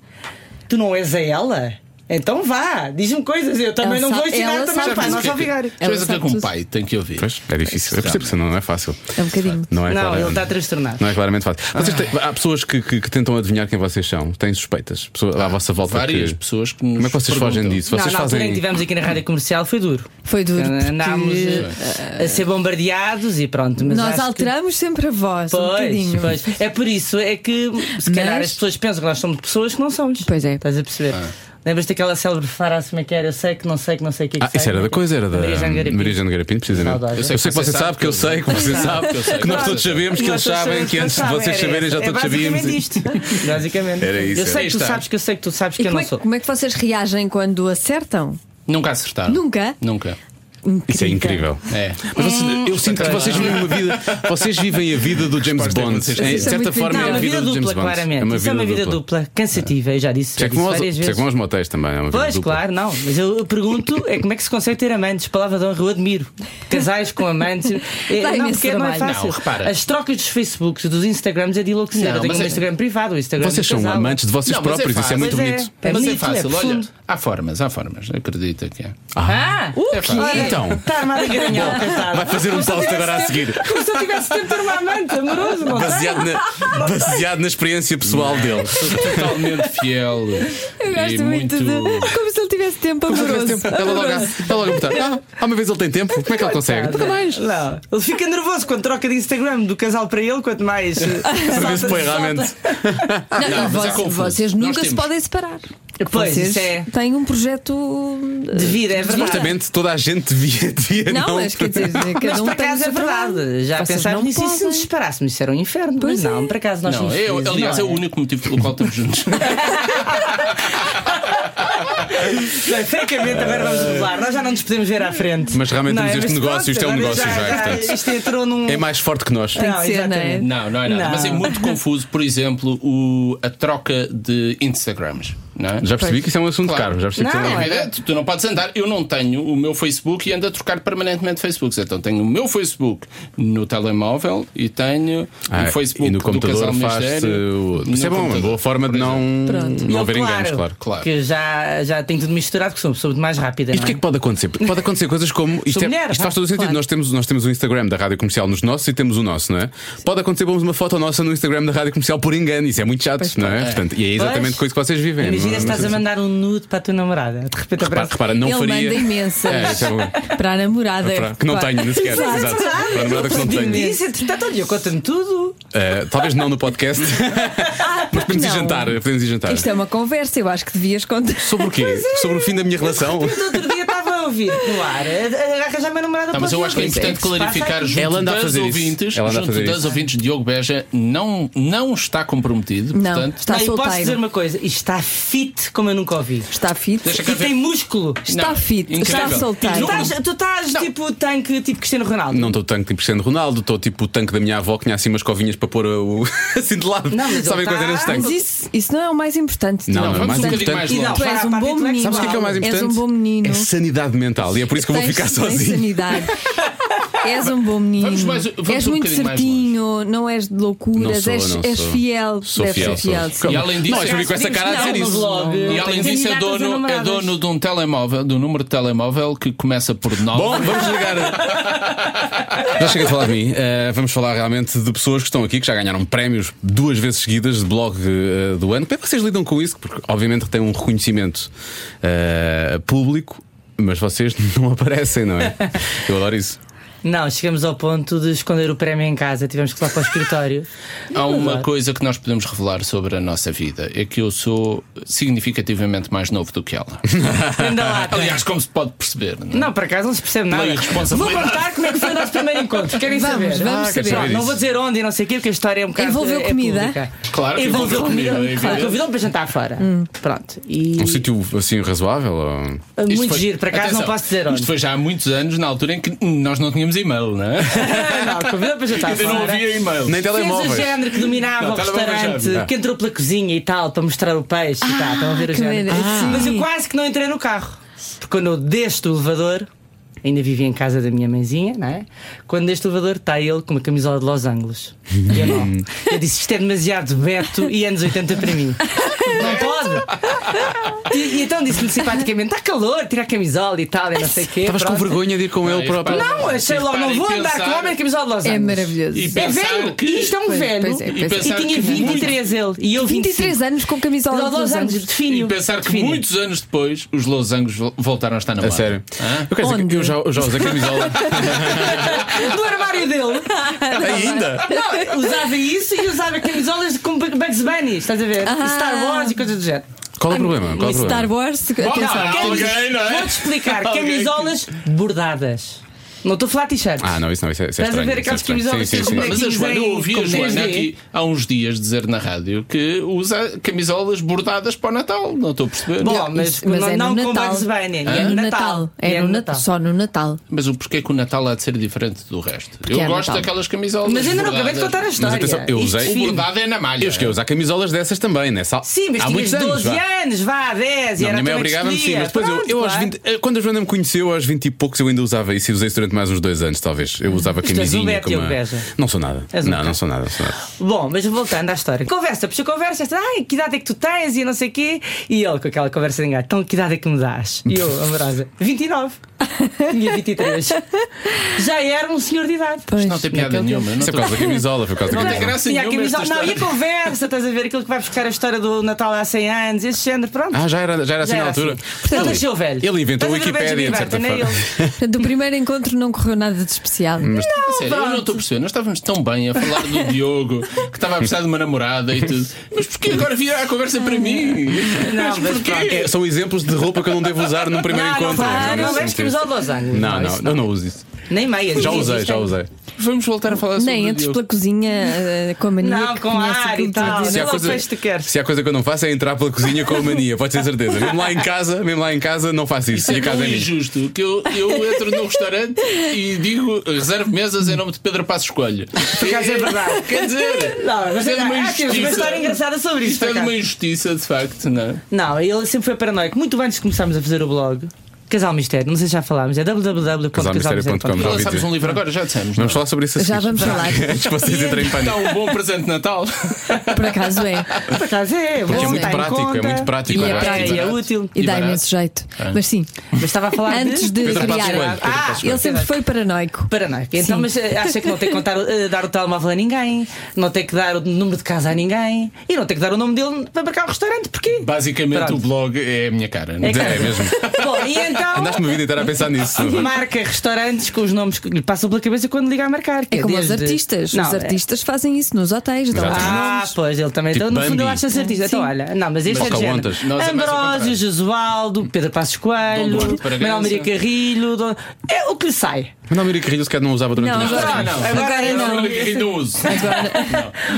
D: tu não és a ela? Então vá, diz-me coisas, eu também
C: Ela
D: não vou
C: sabe-
D: ensinar
C: ela
D: também,
C: sabe
D: pá,
C: tudo.
D: nós só obrigar.
E: Já
C: Ela
E: vês o que é
C: sabe
E: que um
C: tudo.
E: pai tem que ouvir.
B: Pois, é difícil. Eu percebo, que isso não é fácil.
C: É um bocadinho.
B: Não, é
D: Não,
B: claramente.
D: ele tá está transtornado.
B: Não é claramente fácil.
D: Ah.
B: Vocês têm- há pessoas que, que- que tentam adivinhar quem vocês são. Têm suspeitas. Pessoas, à vossa volta.
E: Várias
B: que-
E: pessoas que nos
B: Como é que vocês fogem
E: perguntam.
B: disso?
D: não,
B: Vocês
D: na altura em
B: fazem.
D: que estivemos aqui na rádio comercial foi duro.
C: Foi duro. porque
D: Andámos eh, a ser bombardeados e pronto. Mas
C: Nós
D: acho que-
C: alteramos sempre a voz. um
D: Pois,
C: bocadinho.
D: pois. É por isso é que se
C: Mas-
D: calhar as pessoas pensam que nós somos pessoas que não somos.
C: Pois é.
D: Estás a perceber?
B: Ah.
D: Lembras-te daquela célebre frase como é que era? Eu sei que não sei que não sei o que é que
B: Ah, isso
D: sei,
B: era da
D: não
B: coisa, era da
D: Maria João Garapim.
B: Maria Jane Garapim, precisamente.
D: Saudades.
B: Eu sei, que você sabe, que eu sei, que você sabe,
E: que eu sei,
B: que nós
E: que
B: todos
E: você
B: sabemos,
D: sei.
B: que eles
D: Nós todos
B: sabem, que antes de
D: sabemos,
B: vocês
D: era
B: saberem já
D: essa.
B: todos
D: é
B: sabíamos.
D: basicamente Isto. Basicamente.
B: Era isso,
D: Eu
B: era tá.
D: sei que
E: isso.
D: tu sabes que eu sei que tu sabes
C: E
D: que eu
C: como
D: não
C: é, que-
D: sou.
C: como é que vocês reagem quando acertam?
E: Nunca acertaram.
C: Nunca?
E: Nunca.
B: Isso é incrível.
E: É.
B: Mas
D: Hum.
B: vocês- eu sinto que vocês vivem uma vida, vocês vivem a vida do James
E: Resposta é
B: Bond.
E: vocês
B: Em- De
E: têm.
B: certa
C: Isso é muito
B: forma
D: Não,
B: é a
D: uma
B: vida
D: vida
B: do James
D: dupla,
B: Bond.
D: claramente. Isso é uma vida dupla, cansativa, eu já disse,
B: Por isso
D: já
B: é que
D: disse
B: vão aos- por
D: várias
B: isso é que
D: vezes.
B: vão aos motéis também. é uma vida
D: Pois,
B: dupla.
D: claro, não. Mas eu, eu pergunto é como é que se consegue ter amantes? Palavra de honra, eu admiro. Casais com amantes. É,
C: Dá
D: não,
C: imenso
D: porque não é
C: trabalho.
D: fácil.
E: Não, repara.
D: As trocas dos Facebooks e dos Instagrams é de enlouquecer.
E: Não,
D: Eu tenho
E: mas
D: um
E: é-
D: Instagram privado, o Instagram
B: Vocês
D: do
B: são
D: casal.
B: amantes de vocês
E: Não, mas é
B: próprios, isso é
E: fácil.
B: muito
D: Mas é.
B: bonito.
D: É
E: mas é
D: bonito,
E: fácil,
D: é
E: olha.
D: profundo.
E: Há formas, há formas, acredita que é. há.
D: Ah, o
E: É
D: quê?
E: fácil.
B: Então.
D: Está armado a granhão,
B: Vai
D: coitado.
B: fazer um post agora a seguir.
D: Como se eu tivesse tempo de ter um amante amoroso, não sei.
B: Baseado na, baseado na experiência pessoal dele.
E: Totalmente fiel.
C: Eu
E: e
C: gosto muito, de. Como se ele tivesse tempo amoroso.
B: Ela logo, ela logo me pergunta, ah, há uma vez ele tem tempo? Como é que ele consegue? Nunca mais.
D: Não, ele fica nervoso quando troca de Instagram do casal para ele, quanto mais. eh,
B: Para ver se
D: salta-
B: põe
D: salta.
B: realmente.
C: Não,
E: Não,
C: não,
E: mas é
C: vo-
E: confuso.
C: vocês
E: Nós
C: nunca se
E: temos.
C: podem separar.
D: Pois,
C: vocês
D: isso é.
C: têm um projeto
D: De vida, é verdade.
B: Supostamente toda a gente devia, devia
C: Não,
B: não.
C: mas quer dizer,
D: Mas
C: cada um
D: por
C: tem o
D: acaso é
C: seu trabalho.
D: verdade. Já
C: Vocês
D: pensaram
C: não
D: nisso e se
C: podem.
D: nos separássemos, isso era um inferno.
C: Pois
D: mas não,
C: é.
D: por acaso nós
E: Não,
D: somos
E: é,
D: felizes,
E: aliás, é
D: não
E: o único motivo pelo qual estamos juntos.
D: Bem, francamente, agora vamos revelar. Nós já não nos podemos ver à frente.
B: Eh, Mas realmente
D: Não é?
B: temos este
D: Mas
B: negócio, isto é um
D: agora
B: negócio já, portanto.
D: Isto entrou num.
B: É mais forte que nós.
C: Tem que
D: Não,
C: ser, não é?
D: exatamente.
E: Não, não é nada.
D: Não.
E: Mas é muito confuso, por exemplo, o- a troca de Instagrams. Não é?
B: Já percebi que isso é um assunto
E: Claro.
B: caro. Já percebi que
D: Não,
B: isso é um-
E: É evidente, tu não podes andar. Eu não tenho o meu Facebook e ando a trocar permanentemente Facebooks. Então tenho o meu Facebook no telemóvel e tenho
B: Ah,
E: o Facebook
B: e no
E: do
B: computador
E: Casal
B: faz-se.
E: Ministério.
B: o- Isso
E: No
B: é bom, uma
E: computador.
B: boa forma de não,
C: Pronto.
B: não
D: Eu,
B: haver
D: claro.
B: enganos, claro.
E: Claro.
D: Que já, já já tenho tudo misturado, porque sou uma pessoa muito mais rápida.
B: E
D: Não
B: o que é que pode acontecer? Pode acontecer coisas como. Isto,
D: Sou
B: é-
D: mulher,
B: isto faz
D: vá,
B: todo o sentido.
D: claro.
B: Nós, temos, nós temos o Instagram da rádio comercial nos nossos e temos o nosso, não é? Pode acontecer pôrmos uma foto nossa no Instagram da rádio comercial por engano. Isso é muito chato, não é? Portanto, e é exatamente
D: Pois.
B: coisa que vocês vivem.
D: é? Imagina
B: não-
D: se estás
B: não-
D: a mandar um nude para a tua namorada. De repente
B: Repara,
D: aparece.
B: repara, não
C: Ele
B: faria.
C: manda imensas.
B: É, isso é bom.
C: Para a namorada.
B: Para- que não
C: Claro.
B: tenho, nem sequer. Exato. Para a namorada que não
D: Digo
B: tenho.
D: isso, entretanto, olha, eu conto-me tudo.
B: Eh, talvez não no podcast.
D: Ah,
B: Mas podemos ir
C: não.
B: jantar. Podemos ir jantar.
C: Isto é uma conversa, eu acho que devias contar.
D: é-
B: Sobre o quê? Sobre o fim da minha relação?
D: No outro dia estava a ouvir no ar. eh, Arranjar minha namorada
B: Ah,
E: Tá, mas eu acho que é importante clarificar junto
B: Ela anda a
E: das
B: fazer isso.
E: ouvintes,
B: Ela anda a
E: junto
B: fazer
E: das
B: isso.
E: ouvintes, Diogo Beja não, não está comprometido,
C: Não,
E: portanto.
C: está
D: Não, e posso
C: solteiro.
D: dizer uma coisa, isto está fit como eu nunca ouvi.
C: Está fit?
E: Deixa cá
D: E
E: ver.
D: tem músculo.
C: Está
E: Não,
C: fit, está
E: incrível.
D: Tu
C: solteiro. Tá,
D: estás, tu estás tipo tanque, tipo Cristiano Ronaldo.
B: Não estou tanque tipo Cristiano Ronaldo, estou tipo o tanque da minha avó que tinha assim umas covinhas para pôr o... assim de lado.
D: Não, mas
B: Sabem
D: ele
B: quais
D: tá-
B: eram esses
C: Mas
B: tanques?
C: isso, isso não é o mais importante.
B: Não,
E: Não,
B: não, é
E: vamos
B: mais
E: um
B: importante.
E: bocadinho mais
D: E não,
E: longe.
C: Tu és
D: para a
C: um
D: parte
C: bom
D: intelectual.
C: menino.
B: Sabes o que é, que é o mais
C: És um
B: importante?
C: bom menino.
B: É sanidade mental e é por isso que eu vou
C: Tens-
B: ficar
C: tens
B: sozinho.
C: sanidade. és um bom menino.
E: Vamos mais- vamos
C: és
E: um
C: muito
E: bocadinho mais
C: certinho, não és de
B: Não
C: loucuras,
B: sou,
C: és,
B: não
C: és
B: sou.
C: fiel.
B: Sou
C: Deve
B: fiel,
C: ser fiel.
B: sou.
E: E além disso,
B: Não, eu vi com essa cara a dizer
D: Não,
B: isso.
D: mas logo.
E: E além disso, é
D: Candidatas a
E: dono, é
D: namoradas.
E: dono de um telemóvel, de um número de telemóvel que começa por 9.
B: Bom, vamos ligar. Já chega a falar de mim. Eh, vamos falar realmente de pessoas que estão aqui, que já ganharam prémios duas vezes seguidas de blog eh, do ano. Como é que vocês lidam com isso? Porque, obviamente, têm um reconhecimento eh, público, mas vocês não aparecem, não é? Eu adoro isso.
D: Não, chegamos ao ponto de esconder o prémio em casa, tivemos que ir lá para o escritório.
E: Há uma coisa que nós podemos revelar sobre a nossa vida: é que eu sou significativamente mais novo do que ela.
D: Anda
B: Ah,
D: lá, tá?
E: Aliás, como se pode perceber, não é?
D: Não, por acaso não se percebe nada.
E: Leia a
D: Vou
E: responsabilidade.
D: contar como é que foi o nosso primeiro encontro. Querem saber?
C: Vamos, vamos
B: Ah, quer
C: saber.
B: saber.
D: Não, não vou dizer onde e não sei o quê, porque a história é um bocado.
C: Envolveu
D: é
C: comida?
D: pública.
E: Claro que envolveu comida, é evidente.
D: Claro, Convidou-me para jantar fora.
C: Hum.
D: Pronto. E é
B: Um sítio assim razoável? Ou...
E: Isto
D: muito
E: foi-
D: giro, por acaso
E: Atenção,
D: não posso dizer onde.
E: Isto foi já há muitos anos, na altura em que hum, nós não tínhamos e-mail, não é?
D: não, convidou-me para jantar
E: Ainda
D: fora.
E: não havia e-mail.
B: Nem
D: Fez o
B: telemóveis.
D: género que dominava
E: Não,
D: o
E: telemóvel
D: restaurante,
E: já vi.
D: que entrou pela cozinha e tal, para mostrar o peixe e tal. Estão a ver o
C: Ah, que
D: género.
C: beleza. Ah.
D: Mas eu
C: Sim.
D: quase que não entrei no carro. Porque quando eu desço do elevador, ainda vivia em casa da minha mãezinha, não é? Quando desço do elevador, está ele com uma camisola de Los Angeles. E eu não. Eu disse: isto é demasiado Beto e anos 80 para mim. Não pode! E, e então disse-lhe simpaticamente: está calor, tira a camisola e tal, e não sei o quê.
B: Estavas com
D: pronto.
B: vergonha de ir com ele
E: isso
B: próprio.
E: para-
D: Não, achei
E: E
D: logo, não
E: reparem,
D: vou andar
E: pensar-
D: com homem de camisola de Los
C: É
D: Angeles.
C: maravilhoso.
E: E
D: É
E: pensar
D: velho!
E: que.
D: Isto é um
C: Pois-
D: velho!
C: pois é, pois
E: é.
D: e tinha
E: Pensar que
D: 23 ele. E eu
C: 23
D: 25.
C: anos com
D: Os
C: camisola de Los Angeles.
D: de
E: E
D: fininho.
E: pensar que
D: De fininho.
E: muitos anos depois os losangos vol- voltaram a estar na moda.
B: A sério.
E: Hã?
B: Eu, quero dizer que
C: Onde?
B: eu já, eu já usei camisola.
D: Do armário dele.
B: Ainda?
D: Não, usava isso e usava camisolas de- com Bugs Bunny, estás a ver?
C: Ah.
D: Star Wars e coisas do género.
B: Qual é o problema? Qual é o
C: Miss Star
B: problema?
C: Wars,
B: Ah,
C: atenção.
E: não, alguém,
B: né?
E: não é?
D: Vou-te explicar.
E: Alguém que-
D: Camisolas bordadas. Não estou a falar de t-shirts.
B: Ah, não, isso não, isso é, isso é
D: Estás a
B: estranho.
D: ver
B: isso é
D: aquelas
B: estranho.
D: camisolas
B: Sim,
D: que
B: sim, sim.
D: têm como
E: Mas a Joana, eu ouvi a
D: Como
E: Joana
D: 10D.
E: aqui há uns dias dizer na rádio que usa camisolas bordadas para o Natal. Não estou a perceber.
D: Bom, mas,
C: Mas
D: não,
C: é no
D: não com
C: Natal.
D: Bugs Bunny.
C: É no Natal.
D: E
C: É no Natal. Só no Natal.
E: Mas o porquê que o Natal há de ser diferente do resto? eu
C: é
E: gosto
C: Natal.
E: daquelas camisolas.
D: Mas ainda não acabei de
E: bordadas.
D: contar a história.
B: atenção, eu
D: Isto
B: usei-
E: O
D: sim.
E: bordado é na malha.
B: Eu cheguei a usar camisolas dessas também, nessa
D: Sim, mas
B: Há muitos
D: tinhas 12
B: anos. vá.
D: anos, vá, 10
B: Não,
D: e era
B: minha mãe
D: também que
B: obrigava-me sim,
D: escolhia.
B: mas depois eu,
D: Pronto,
B: eu aos
D: claro.
B: 20, eh, quando a Joana me conheceu, aos 20 e poucos eu ainda usava isso e usei isso durante mais uns dois anos, talvez. Eu usava
D: és um
B: camisinha.
D: Beto,
B: com uma-
D: Diogo Beja.
B: Não sou nada.
D: És um
B: Não,
D: bocado.
B: não sou nada. não sou nada.
D: Bom, mas voltando à história. Conversa, puxa conversa, esta, ai, que idade é que tu tens e não sei o quê. E ele com aquela conversa de engano, então que idade é que me dás? E eu, amorosa, 29. Tinha 23. Já era um senhor de idade.
C: Pois.
E: Não tem piada nenhuma. Não
B: Isso é por
E: estou-
B: causa da camisola, foi por causa da
E: Não tem
B: camisola.
E: graça
D: E a
E: nenhuma.
D: camisola,
E: esta
D: não, e a
E: história.
D: conversa, estás a ver? Aquilo que vai buscar a história do Natal há 100 anos, esse género, pronto.
B: Ah, já era, já era assim
D: Já
B: na
D: era
B: altura.
D: assim. Portanto,
B: Ele-
D: nasceu velho.
B: Ele inventou a
D: Estás a ver o
B: Wikipédia,
D: Benjamin
B: de certa
D: Button, é
B: forma.
C: Portanto, do primeiro encontro não correu nada de especial.
E: Sério, eu não estou a perceber. Nós estávamos tão bem a falar do Diogo, que estava a precisar de uma namorada e tudo. Mas porquê agora virar a conversa para mim?
D: ele. Não, mas pronto.
B: É, são exemplos de roupa que eu não devo usar num primeiro
D: Não, não,
B: encontro.
D: vá, não
B: Nesse
D: leves
B: sentido.
D: camisola de Los Angeles.
B: Não, não,
D: isso
B: eu não uso isso.
D: é? Nem assim, meias.
B: Já
D: nem
B: usei,
D: existem.
B: já usei.
E: Vamos voltar a falar sobre
C: Nem
E: o
C: entres
E: Diogo.
C: pela cozinha eh, com a mania.
D: Não,
C: que
D: com
C: conhece
D: ar
C: aquilo
D: e tal.
C: tudo.
B: Se há,
D: Logo
B: coisa,
D: peixe tu queres.
B: se há coisa que eu não faço é entrar pela cozinha com a mania, pode ter certeza. Mesmo lá em casa, mesmo lá em casa, não faço isso.
E: Isso
B: E
E: é
B: a casa
E: tão
B: é minha.
E: injusto que eu, eu entro num restaurante e digo reserve mesas em nome de Pedro Passos Coelho.
D: Por acaso é verdade.
E: Quer dizer,
D: Não, mas
E: isto é de
D: olha,
E: uma
D: há aqui uma
E: injustiça.
D: história engraçada sobre isto.
E: Isto é
D: por
E: de
D: acaso.
E: uma injustiça, de facto, não é?
D: Não, ele sempre foi paranoico. Muito antes de começarmos a fazer o blog, Casal Mistério, não sei se já falámos, é www.casalmistério.com.
B: Já ouvi
E: Lançámos
B: dizer.
E: um livro agora, já dissemos.
B: Vamos
E: não?
B: falar sobre isso a
C: Já
B: seguir.
C: vamos falar.
B: Antes que vocês entrem em pânico.
E: Então, um bom presente de Natal.
C: Por acaso é.
D: Por acaso é,
B: Porque é
D: bom,
B: muito
D: está em
B: prático, é
D: conta.
B: muito prático.
E: E
B: é
E: é
B: prático.
E: prático.
D: E é útil.
C: E dá
E: barato.
C: imenso jeito. Mas sim,
D: Mas estava a falar
C: antes de
B: Ah. Pedro Passos Coelho,
C: criar.
B: Pedro
D: Ah,
B: Passos Coelho.
C: Ele sempre foi paranoico.
D: Paranoico. Então,
C: Sim.
D: mas eh, acha que não tem que contar, eh, dar o telemóvel a ninguém, não tem que dar o número de casa a ninguém e não tem que dar o nome dele para marcar o restaurante, porquê?
E: Basicamente,
D: Pronto.
E: o blog é a minha cara. não
D: É
E: é?
D: que-
B: É mesmo.
D: Bom, e então.
B: Andaste é? uma vida inteira a pensar nisso.
D: Marca restaurantes com os nomes que lhe passam pela cabeça quando liga a marcar. que
C: É como os
D: desde-
C: artistas.
D: Não,
C: os
D: é-
C: artistas fazem isso nos hotéis, então, dão os
D: Ah,
C: nomes.
D: pois, ele também.
E: Tipo
D: então, no fundo,
E: Bundy.
D: eu acho-se artista. Então, olha, não, mas este
B: Mas
D: é de género.
B: Pocahontas.
E: Nós é mais ao
D: Ambrósio,
E: contrário.
D: Jesualdo, Pedro Passos
E: Dom
D: Coelho,
E: Duarte de Bragança.
D: Manuel Maria Carrilho. Dom- É o que lhe sai.
B: Mas não, Miri Carrilho se calhar não usava durante
C: Não,
B: muito tempo.
C: agora
E: Ah, não.
C: não. Agora
E: Eu
C: não.
E: não- eu não uso.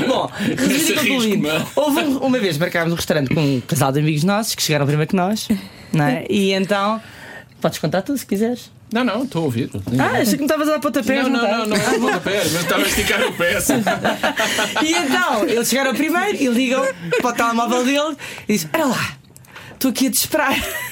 D: Bom,
E: Esse
D: concluindo,
E: risco,
D: houve um- uma vez marcámos um restaurante com um casal de amigos nossos que chegaram primeiro que nós, não é? E então. Podes contar tu se quiseres.
E: Não, não, estou a ouvir.
D: Ah, achei que me estavas a dar pontapés,
E: não, não,
D: estás?
E: não, não, não, não, pera, mas estava a esticar o pé. assim.
D: E então, eles chegaram primeiro e ligam para o telemóvel dele e dizem: Olha lá, estou aqui a te esperar.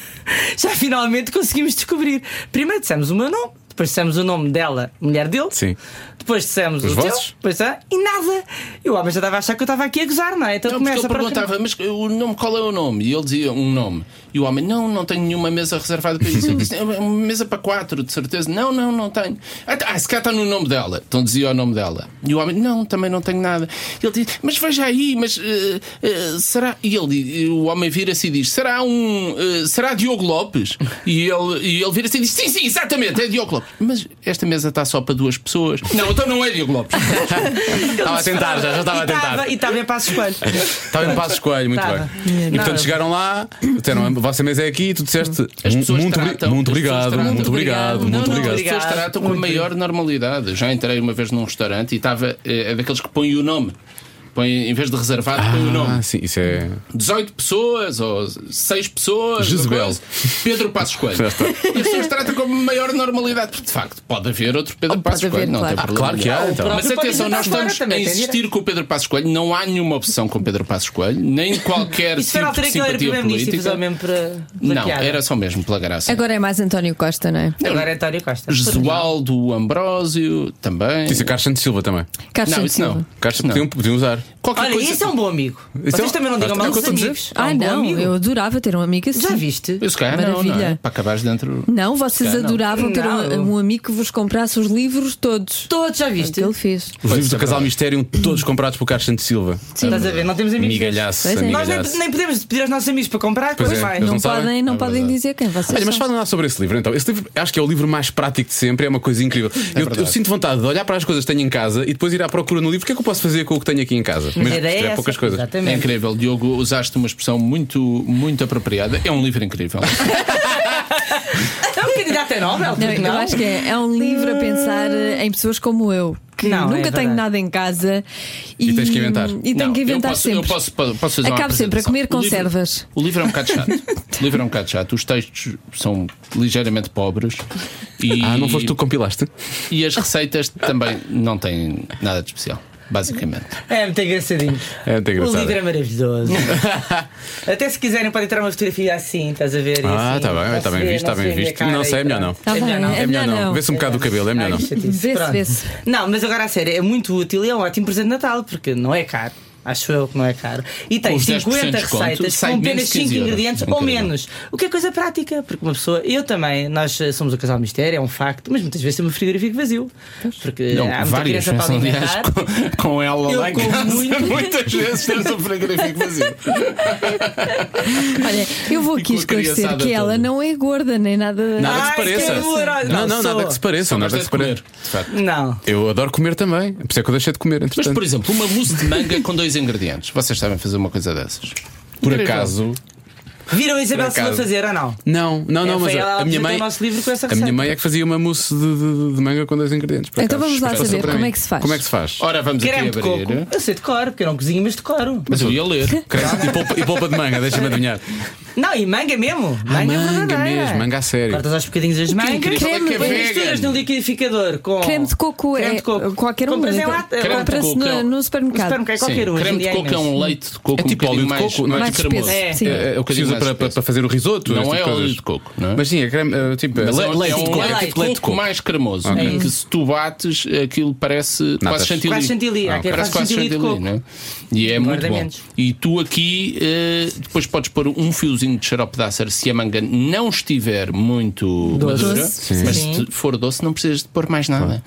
D: Já finalmente conseguimos descobrir. Primeiro dissemos o meu nome, depois dissemos o nome dela, mulher dele.
B: Sim.
D: Depois dissemos
B: Os
D: o teu,
B: vossos?
D: depois dissemos- e nada. E o homem já estava a achar que eu estava aqui a gozar, não é? Então
E: Não, porque
D: começa
E: ele
D: a procurar-
E: perguntava, mas o nome, qual é o nome? E ele dizia um nome. E o homem, não, não tenho nenhuma mesa reservada para isso. Ele disse, é uma mesa para quatro, de certeza. Não, não, não tenho. Ah, tá, se cá está no nome dela. Então dizia o nome dela. E o homem, não, também não tenho nada. Ele disse, mas veja aí, mas eh, eh, será. E ele, e o homem vira-se e diz, será um. eh, será Diogo Lopes? E ele, e ele vira-se e diz, sim, sim, exatamente, é Diogo Lopes. Mas esta mesa está só para duas pessoas. Não, então não é Diogo Lopes.
B: Estava a tentar, Ah, já, já estava
D: E
B: a tentar.
D: estava- E estava em passos coelho.
B: Estava em Passos Coelho, muito
D: Estava.
B: bem. E portanto chegaram lá, disseram, a vossa mesa é aqui e tu disseste
E: As
B: "Mu-
E: pessoas
B: muito, obri-
E: tratam,
B: muito
E: as pessoas
B: obrigado,
E: tratam.
B: muito obrigado,
E: Não,
B: muito
E: não,
B: obrigado.
E: As pessoas
D: Obrigado.
E: tratam com a maior normalidade. Já entrei uma vez num restaurante e estava. eh, É daqueles que põem o nome. Põe, em vez de reservado, põe o
B: Ah,
E: nome.
B: sim, isso é.
E: 18 pessoas ou 6 pessoas.
B: Jezebel.
E: uma coisa. assim. Pedro Passos Coelho.
B: Já está.
E: E as pessoas tratam com a maior normalidade, porque de facto pode haver outro Pedro
C: Oh, pode
E: Passos
C: haver,
E: Coelho. Não
C: claro.
E: tem problema.
B: claro que há,
E: nenhum.
B: então.
E: Mas
D: Você pode
E: atenção,
D: tentar
E: nós
D: fora
E: estamos a
D: também, tem
E: insistir com o Pedro Passos Coelho. Não há nenhuma opção com o Pedro Passos Coelho, nem qualquer
D: Isso foi na
E: tipo de
D: altura em que ele era
E: simpatia
D: primeiro-ministro e fiz
E: política.
D: mesmo para.
E: Não,
D: piada.
E: era só mesmo pela graça.
C: Agora é mais António Costa, não é?
D: Agora é António Costa.
E: Jesualdo Ambrósio também.
B: Isso é Carlos Santos Silva também.
C: Carlos
E: Não,
C: Santos
E: isso não.
C: Silva.
B: Carlos
E: Não.
B: podiam, podiam usar.
E: um- Qualquer
D: Olha,
E: coisa.
D: isso é um bom amigo. Vocês
B: é-
D: também não digam
B: é
D: mal
B: o que eu
D: dos
B: estou a dizer.
D: amigos. É um
C: Ah,
D: bom
C: não,
D: amigo.
C: eu adorava ter um amigo assim.
D: Já viste?
E: Eu se calhar não, não é?
C: Maravilha.
E: Para acabares dentro. é
C: Não, vocês
E: calhar não.
C: adoravam ter
D: Não.
C: um, um amigo que vos comprasse os livros todos. É
D: Todos já
C: O que
D: viste?
C: ele fez.
B: Os livros
E: isso
B: do
E: é
B: Casal
E: verdade.
B: Mistério, todos comprados por Carlos Santos Silva.
D: Estás a ver? Não temos amigos.
B: Migalhaço,
C: Pois é.
D: Nós nem,
B: amigalhaço.
D: nem podemos pedir aos nossos amigos para comprar,
B: Pois
D: pois
B: é,
D: vai.
B: eles
C: Não,
B: não sabem?
C: podem, não
B: É
C: podem
B: verdade.
C: dizer quem vocês
B: Olha, mas
C: são.
B: falem lá sobre esse livro então. Esse livro acho que é o livro mais prático de sempre, é uma coisa incrível. Eu- eu,
E: verdade.
B: sinto vontade de olhar para as coisas que tenho em casa e depois ir à procura no livro. O que é que eu posso fazer com o que tenho aqui em casa? Mesmo que
D: ideia é
B: tiver
D: essa.
B: poucas coisas.
E: É
D: Exatamente.
E: incrível, Diogo. Usaste uma expressão muito, muito apropriada. É um livro incrível.
D: É um candidato a Nobel,
C: Não,
D: porque
C: eu acho que é, é um livro a pensar eh, em pessoas como eu, que
D: Não, é
C: nunca tenho
D: verdade.
C: nada em casa e,
B: tens que inventar.
C: E tenho
E: Não,
C: que inventar
E: eu posso,
C: sempre.
E: Eu posso, posso fazer uma
C: Acabo sempre a
E: apresentação.
C: comer
E: O livro-
C: conservas.
E: O livro é um bocado chato. o livro é um bocado chato. Os textos são ligeiramente pobres. E,
B: Ah, não foste tu que compilaste?
E: e as receitas também não têm nada de especial, basicamente.
D: É muito engraçadinho.
B: É muito engraçado.
D: O livro é maravilhoso. Até se quiserem, podem tirar uma fotografia assim, estás a ver?
B: Ah,
D: assim,
B: está bem,
D: não
B: está bem
D: se vê-
B: visto, está
D: se
B: bem
D: vê a minha
B: visto.
D: cara
B: Não sei, é
D: e
B: melhor
D: tal.
B: não.
C: Tá bem, é melhor não.
B: Vê-se um bocado o cabelo, é melhor não.
D: Ai, chatice.
C: Vê-se,
D: Pronto.
C: vê-se.
D: Não, mas agora a sério, é muito útil e é um ótimo presente de Natal, porque não é caro. Acho eu que não é caro. E tem
E: Com os
D: 50
E: 10% de desconto,
D: receitas com
E: sai menos
D: apenas
E: 15
D: 5
E: euros.
D: ingredientes ou
E: Incrível.
D: menos. O que é coisa prática, porque uma pessoa. Eu também, nós eh, somos o casal mistério, é um facto, mas muitas vezes temos um frigorífico vazio. Porque
E: Não,
D: É, há muita
E: várias
D: criança para
E: vezes, aliás,
D: alimentar.
E: com, com ela
D: Eu
E: lá em
D: como
E: casa.
D: muito.
E: Muitas vezes temos um frigorífico vazio.
C: Olha, eu vou
E: E
C: aqui
E: com a
C: esclarecer
E: criançada
C: que ela
E: toda.
C: não é gorda nem nada. Então
B: Nada que
D: Ai,
B: se pareça.
D: que horror.
B: Não, não,
D: Não,
B: nada
D: sou-
B: que se pareça. Nada que se pareça.
D: Não.
B: Eu adoro comer também. Por isso é que eu deixei de comer.
E: Mas,
B: entretanto.
E: por exemplo, uma mousse de manga com dois ingredientes. Vocês sabem fazer uma coisa dessas?
B: Por
E: Incrível.
B: acaso.
D: Viram a Isabel se vai
B: acaso.
D: fazer ou não?
B: Não, não, não,
D: É,
B: mas
D: foi
B: a
D: ela
B: minha
D: apresentou
B: mãe.
D: o nosso livro com essa
B: a minha
D: receita.
B: mãe é que fazia uma mousse de, de- de manga com dois ingredientes. por
C: Então
B: acaso.
C: vamos lá
B: Passou
C: saber
B: para
C: como
B: mim.
C: é que se faz.
B: Como é que se faz?
E: Ora, vamos
D: Creme de
E: aqui
D: coco.
B: é?
E: abrir.
D: Eu sei de cor, porque eu não cozinho, mas decoro.
E: Mas eu ia ler.
B: Creme e polpa, e polpa de manga, deixa-me adivinhar.
D: Não, e manga mesmo. Manga,
B: Ah, manga
D: É. verdadeira.
B: mesmo, manga a sério.
D: Cortas aos bocadinhos as mangas.
B: incrível é que é
D: depois
B: vegan.
D: misturas um no liquidificador com.
C: Creme de coco
D: creme
C: é
D: de coco.
C: qualquer um.
D: Compras em lata-
E: Creme de
C: Compra-se
E: coco é
C: no,
E: um-
C: no supermercado.
D: Supermercado, qualquer um. hoje em
E: Creme
D: dia
E: de coco é
D: imenso.
E: um leite de coco
B: É tipo
E: um
B: óleo de
E: bocadinho
B: coco, não é?
E: mais,
C: Mais
E: mais cremoso.
C: espesso. Sim.
B: É, é o que se usa
E: mais
B: para, para
E: espesso.
B: fazer o risoto.
E: Não
B: esse tipo
E: é
B: de coisas.
E: óleo de coco, não é?
B: Mas sim, é creme. eh, Tipo,
E: Mas é,
B: le-
E: um- é um
D: é
E: leite de
D: leite
E: coco, mais cremoso. em Que se tu bates, aquilo parece
B: Natas.
E: quase chantilly.
D: É Quase chantilly, há quem
E: parece
D: faz
E: quase
D: chantilly de
E: chantilly,
D: coco.
E: não é? E é muito
D: Engorda
E: bom.
D: menos.
E: E tu aqui eh, depois podes pôr um fiozinho de xarope de ácer se a manga não estiver muito
D: Doce.
E: madura,
C: Doce,
E: mas
D: sim.
E: se for doce não precisas de pôr mais nada.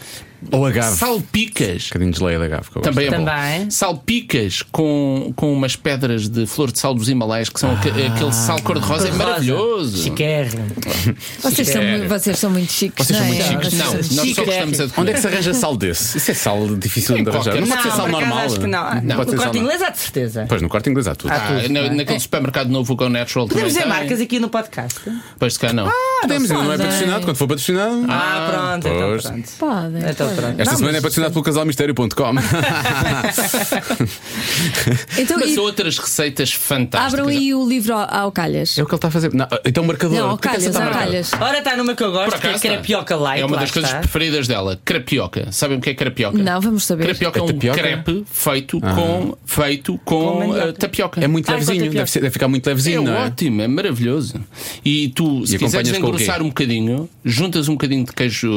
B: Ou agave.
E: Salpicas.
B: Um bocadinho de geleia da Gave. Ah, que eu gosto.
E: Também é
D: Também.
E: bom. Salpicas com, com umas pedras de flor de sal dos Himalaias, que são aque- aquele sal cor-de-rosa, é
D: Rosa.
E: maravilhoso.
D: Chiquérrimo.
C: Vocês, são, mu- vocês são muito chiques.
B: é. Vocês são
C: não é?
B: muito chiques.
C: Vocês
E: Não,
C: são
E: nós
C: muito chiques.
E: só gostamos é de comer.
B: Onde é que se arranja sal desse? Isso é sal difícil
E: Em
B: de arranjar.
E: qualquer-
B: Não pode ser
E: Não,
B: sal
D: por acaso
B: normal.
D: acho que
B: Não
D: não.
B: pode
D: o
B: ser sal
D: corte
B: normal.
D: inglês há de certeza.
B: Pois no corte inglês há tudo.
D: Há
E: Ah,
D: tudo,
E: na-
D: não é?
E: naquele supermercado novo que é o Natural
D: Podemos dizer
E: também tem.
D: marcas Ah, aqui no podcast?
E: Pois de cá não.
B: Podemos, ainda não é patrocinado. Quando for patrocinado.
D: Ah, pronto, então
B: pois.
D: pronto.
C: Podem.
D: Então pronto.
B: Esta
D: Não,
B: semana é
D: mas-
B: patrocinado pelo casalmistério.com.
C: Então,
E: Mas
C: e-
E: outras receitas fantásticas.
C: abram aí o livro ao, ao calhas.
B: É o que ele está a fazer. Não, então, marcador.
C: Não, ao
B: Porquê que
C: calhas,
B: você está
C: ao
B: marcado?
C: calhas.
D: Ora, está numa que eu
E: Por
D: gosto, que é
E: acaso, tá.
D: crepioca light.
E: É uma
D: lá
E: das coisas
D: está.
E: preferidas dela. Crepioca. Sabem o que é crepioca?
C: Não, vamos saber.
E: Crepioca é
B: É
E: um
B: tapioca? Ah.
E: crepe feito com, feito com,
D: mandioca.
E: eh, tapioca.
B: É muito
D: Ah,
B: levezinho.
D: enquanto é
B: Deve,
D: pior.
B: ser- deve ficar muito
E: É
B: levezinho, não é?
E: ótimo, é maravilhoso. E tu, se
B: E
E: quiseres
B: acompanhas com o quê?
E: engrossar um bocadinho, juntas um bocadinho de queijo.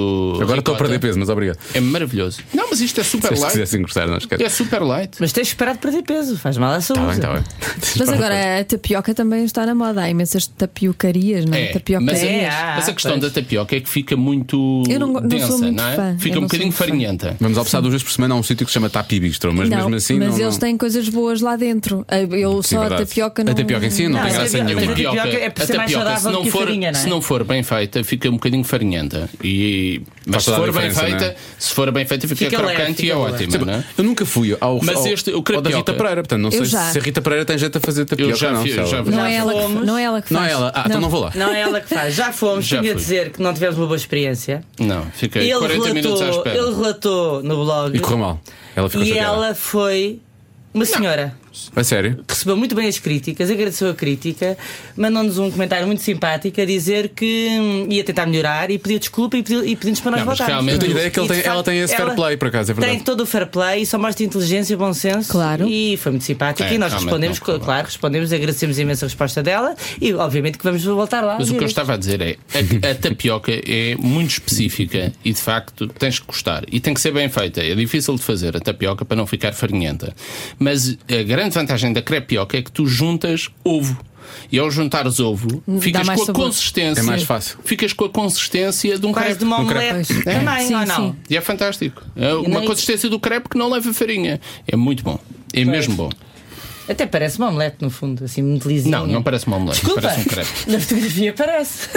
B: Agora estou a
E: ricota.
B: perder peso, mas obrigado.
E: É maravilhoso. Não, mas isto é super
B: Se
E: light.
B: quisesse encostar, não esquece.
E: É super light.
D: Mas tens esperado perder peso, faz mal à
B: Está bem,
D: saúde.
B: está bem. Tipo,
C: Mas agora a tapioca também está na moda. Há imensas tapiocarias, não é?
E: mas, a-
C: Tapiocarias.
D: É, há,
E: mas a questão
D: pois.
E: da tapioca é que fica muito
C: Eu não go- não sou
E: densa,
C: muito
E: não é?
C: fã.
E: Fica
C: Eu não sou
E: um bocadinho
C: muito fã.
E: farinhenta.
B: Vamos almoçar duas vezes por semana a um sítio que se chama Tapi Bistro, mas
C: Não,
B: mesmo assim.
C: mas
B: não-
C: eles
B: não-
C: têm coisas boas lá dentro. Eu
B: Sim,
C: só
B: verdade.
C: a tapioca não.
B: A tapioca em si não
D: Não,
B: tem
D: a
B: graça
D: tapioca- a
B: nenhuma.
D: tapioca- é por ser mais saudável
E: se não
D: que a
E: for,
D: farinha, não é?
E: se não for bem feita, fica um bocadinho farinhenta. E,
B: Faz
E: mas
B: toda
E: se
B: a
E: for bem
B: diferença, não
E: feita,
B: é?
E: se for bem feita, fica,
D: Fica leve,
E: crocante e
D: fica
E: é
D: leve.
E: ótima,
B: Tipo,
E: não é?
B: Eu nunca fui ao,
E: Mas
B: ao,
E: este, o
B: ao da
E: crepioca.
B: Rita Pereira, portanto, não sei
C: Eu já.
B: se a Rita Pereira tem jeito a fazer tapioca
E: Eu já
B: ou não.
E: fiz,
B: se ela-
E: já fiz.
C: Não é,
D: Já
C: ela que,
D: fomos.
C: não é ela que faz.
B: Não é ela. Ah, então não vou lá.
D: Não é ela que faz. Já fomos,
E: Já
D: tinha a
E: fui.
D: dizer que não tivemos uma boa experiência.
E: Não, fiquei
D: Ele
E: 40 minutos à
D: relatou,
E: espera.
D: ele relatou no blog.
B: E correu mal. Ela ficou
D: E
B: chateada.
D: ela foi uma senhora.
B: A sério?
D: Recebeu muito bem as críticas, agradeceu a crítica, mandou-nos um comentário muito simpático a dizer que hum, ia tentar melhorar e pedia desculpa e pediu- e pedimos para nós
E: Não, mas
D: voltarmos.
E: realmente- Eu
B: tenho ideia é que ele
D: E, de
B: tem- ela tem esse fair play, por acaso, é verdade.
D: Tem todo o fair play e só mostra inteligência, bom senso.
C: Claro.
D: E foi muito simpática
E: É,
D: e nós
E: realmente
D: respondemos,
E: não, claro.
D: claro, respondemos, agradecemos imenso a resposta dela e obviamente que vamos voltar lá.
E: Mas o que eu
D: ver.
E: estava a dizer é a, a tapioca é muito específica e de facto tens que gostar e tem que ser bem feita. É difícil de fazer a tapioca para não ficar farinhenta. Mas a grande vantagem da crepioca é que tu juntas ovo. E ao juntares ovo, ficas
C: mais
E: com a
C: sabor.
E: consistência.
B: É mais fácil.
E: Ficas com a consistência de um
D: Quase de
E: crepe.
D: uma
B: Um crepe.
D: omelete também,
C: Sim,
D: ou não?
C: sim.
E: E é fantástico. É uma
D: nem-
E: consistência do crepe que não leva farinha. É muito bom. É mesmo bom.
D: Até parece uma omelete no fundo, assim, muito lisinho.
E: Não, não parece uma omelete,
D: Desculpa.
E: parece um crepe.
D: Na fotografia parece.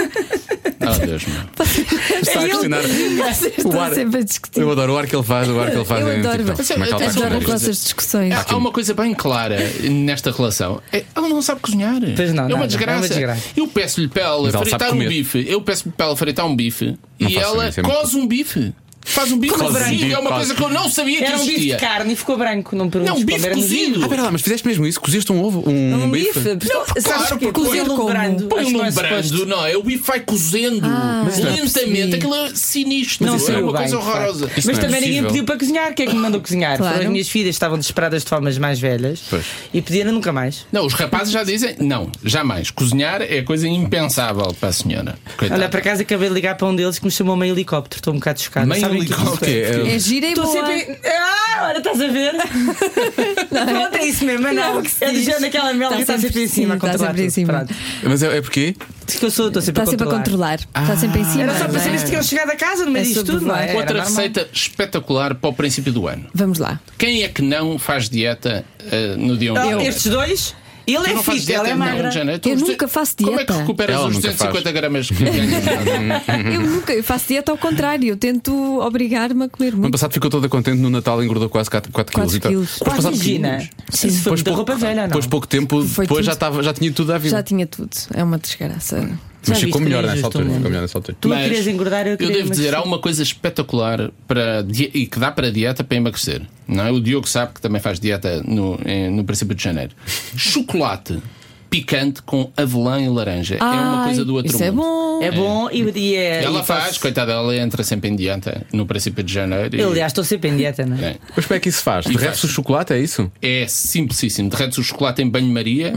E: Ah, Deus meu.
B: Está a questionar.
C: Vocês
B: O
C: estão
B: ar-
C: sempre a discutir.
B: Eu adoro o ar que ele faz, o ar que ele faz.
C: Eu
B: é,
C: adoro.
B: tipo, como é que ela está a
E: Adoro
B: comer
C: Adoro um
E: Sim.
C: com
B: isto?
C: essas discussões.
B: É
E: Há, há uma coisa bem clara nesta relação. É, ela não sabe cozinhar.
D: Pois não,
E: é, uma
D: nada,
E: desgraça.
D: é uma desgraça.
E: Eu peço-lhe para ela
B: Mas ela
E: fritar
B: sabe
E: um
B: comer.
E: bife. Eu peço-lhe para ela fritar um bife.
B: Não
E: e
B: façam
E: ela
B: isso, é muito-
E: coze um bife. Faz um bife
B: Coze um
E: cozido.
B: bife,
E: é uma
B: coze.
E: coisa que eu não sabia que
D: Era um bife de
E: existia.
D: carne e ficou branco, não me perguntes
E: Não, um
D: como,
E: bife
D: era
E: cozido.
D: nozinho.
B: Ah, pera lá, mas fizeste mesmo isso? Cozeste um ovo? Um,
C: Um bife.
B: bife?
C: Não,
E: claro,
D: é
C: sabes que
E: porque
C: cozer
D: põe
C: como?
D: lembrando-
E: Põe
D: Acho que não
E: um
D: é
E: brando,
D: suposto.
E: não é? O bife vai cozendo
C: não é
E: lentamente.
C: possível.
E: Aquilo é sinistro.
D: Não
E: é
D: saiu
E: uma
D: bem,
E: coisa
D: de facto.
E: horrorosa.
B: Isso
D: Mas
B: não é
D: também ninguém
B: possível.
D: pediu para cozinhar. Quem é que me mandou cozinhar?
C: Claro.
D: Foram as minhas filhas que estavam desesperadas de formas mais velhas
B: Pois.
D: e pediram nunca mais.
E: Não, os rapazes já dizem, não, jamais. Cozinhar é coisa impensável para a senhora. Coitada.
D: Olha, para casa acabei de ligar para um deles que me chamou meio helicóptero. Estou um bocado chocado.
E: Meio
D: Sabem o que é que isto é?
B: O quê?
E: helicóptero.
B: É-
C: É gira e
D: Estou
C: boa.
D: sempre. Ah, agora estás a ver? Pronto, é isso mesmo, mas não.
C: Não, que se
D: É do
C: diz.
D: género daquela mel que está sempre em cima. a
C: Está
D: controlar
C: sempre em
D: tudo.
C: cima.
D: Pronto.
B: Mas é, é porquê?
D: Diz que eu sou, estou
C: Está
D: sempre a
C: Tá sempre a
D: controlar.
C: controlar.
B: Ah.
C: Está sempre em cima.
D: Era só
C: não
D: para
C: é?
D: saber se tinham chegado a casa no meio
C: É
D: disto tudo, não é?
C: sobre-
E: Outra
D: Era normal.
E: receita espetacular para o princípio do ano.
C: Vamos lá.
E: Quem é que não faz dieta eh, no dia 1 de
D: Ah,
E: janeiro?
D: Estes dois, ele
E: Tu
D: é
E: não fazes
D: fit, ela
E: dieta
D: é
E: no dia 1
D: magra.
E: de janeiro? Tu
C: Eu
E: os de-
C: nunca faço
E: Como é que
C: dieta.
E: recuperas
B: Ela
E: os
B: nunca
E: 250
B: faz.
E: gramas que ganhas?
B: Uhum.
C: Eu nunca eu faço dieta ao contrário. Eu tento obrigar-me a comer
B: No ano
C: muito.
B: passado ficou toda contente, no Natal engordou quase 4, quilos. e tal.
C: quilos.
B: Depois passado-
D: Imagina.
C: Sim.
D: Isso foi
B: Pois
D: muita
B: pouco-
D: roupa velha, não?
B: Depois pouco tempo,
C: Foi
B: depois já,
C: tudo.
B: estava, já tinha tudo à vida.
C: Já tinha tudo. É uma desgraça.
B: Mas
D: Já
B: ficou
D: viste,
B: melhor
D: também é
B: nessa
D: justo
B: altura.
D: o mundo.
B: Ficou melhor nessa altura.
D: Tu não querias engordar, eu queria
E: devo dizer, há
D: emagrecer.
E: uma coisa espetacular para di- e que dá para a dieta para emagrecer. Não é? O Diogo sabe que também faz dieta no, em- no princípio de janeiro. Chocolate picante com avelã e laranja. é uma coisa do outro
C: Isso é
E: mundo.
C: bom.
D: É bom e, e é.
E: Ela
D: e
E: faz,
D: faço-
E: coitada, ela entra sempre em dieta no princípio de janeiro. e-
D: Eu, aliás, estou sempre em dieta, não é?
E: É.
B: Mas como é que isso faz? Derrete-se o chocolate, é isso?
E: É simplicíssimo. Derretes o chocolate em banho-maria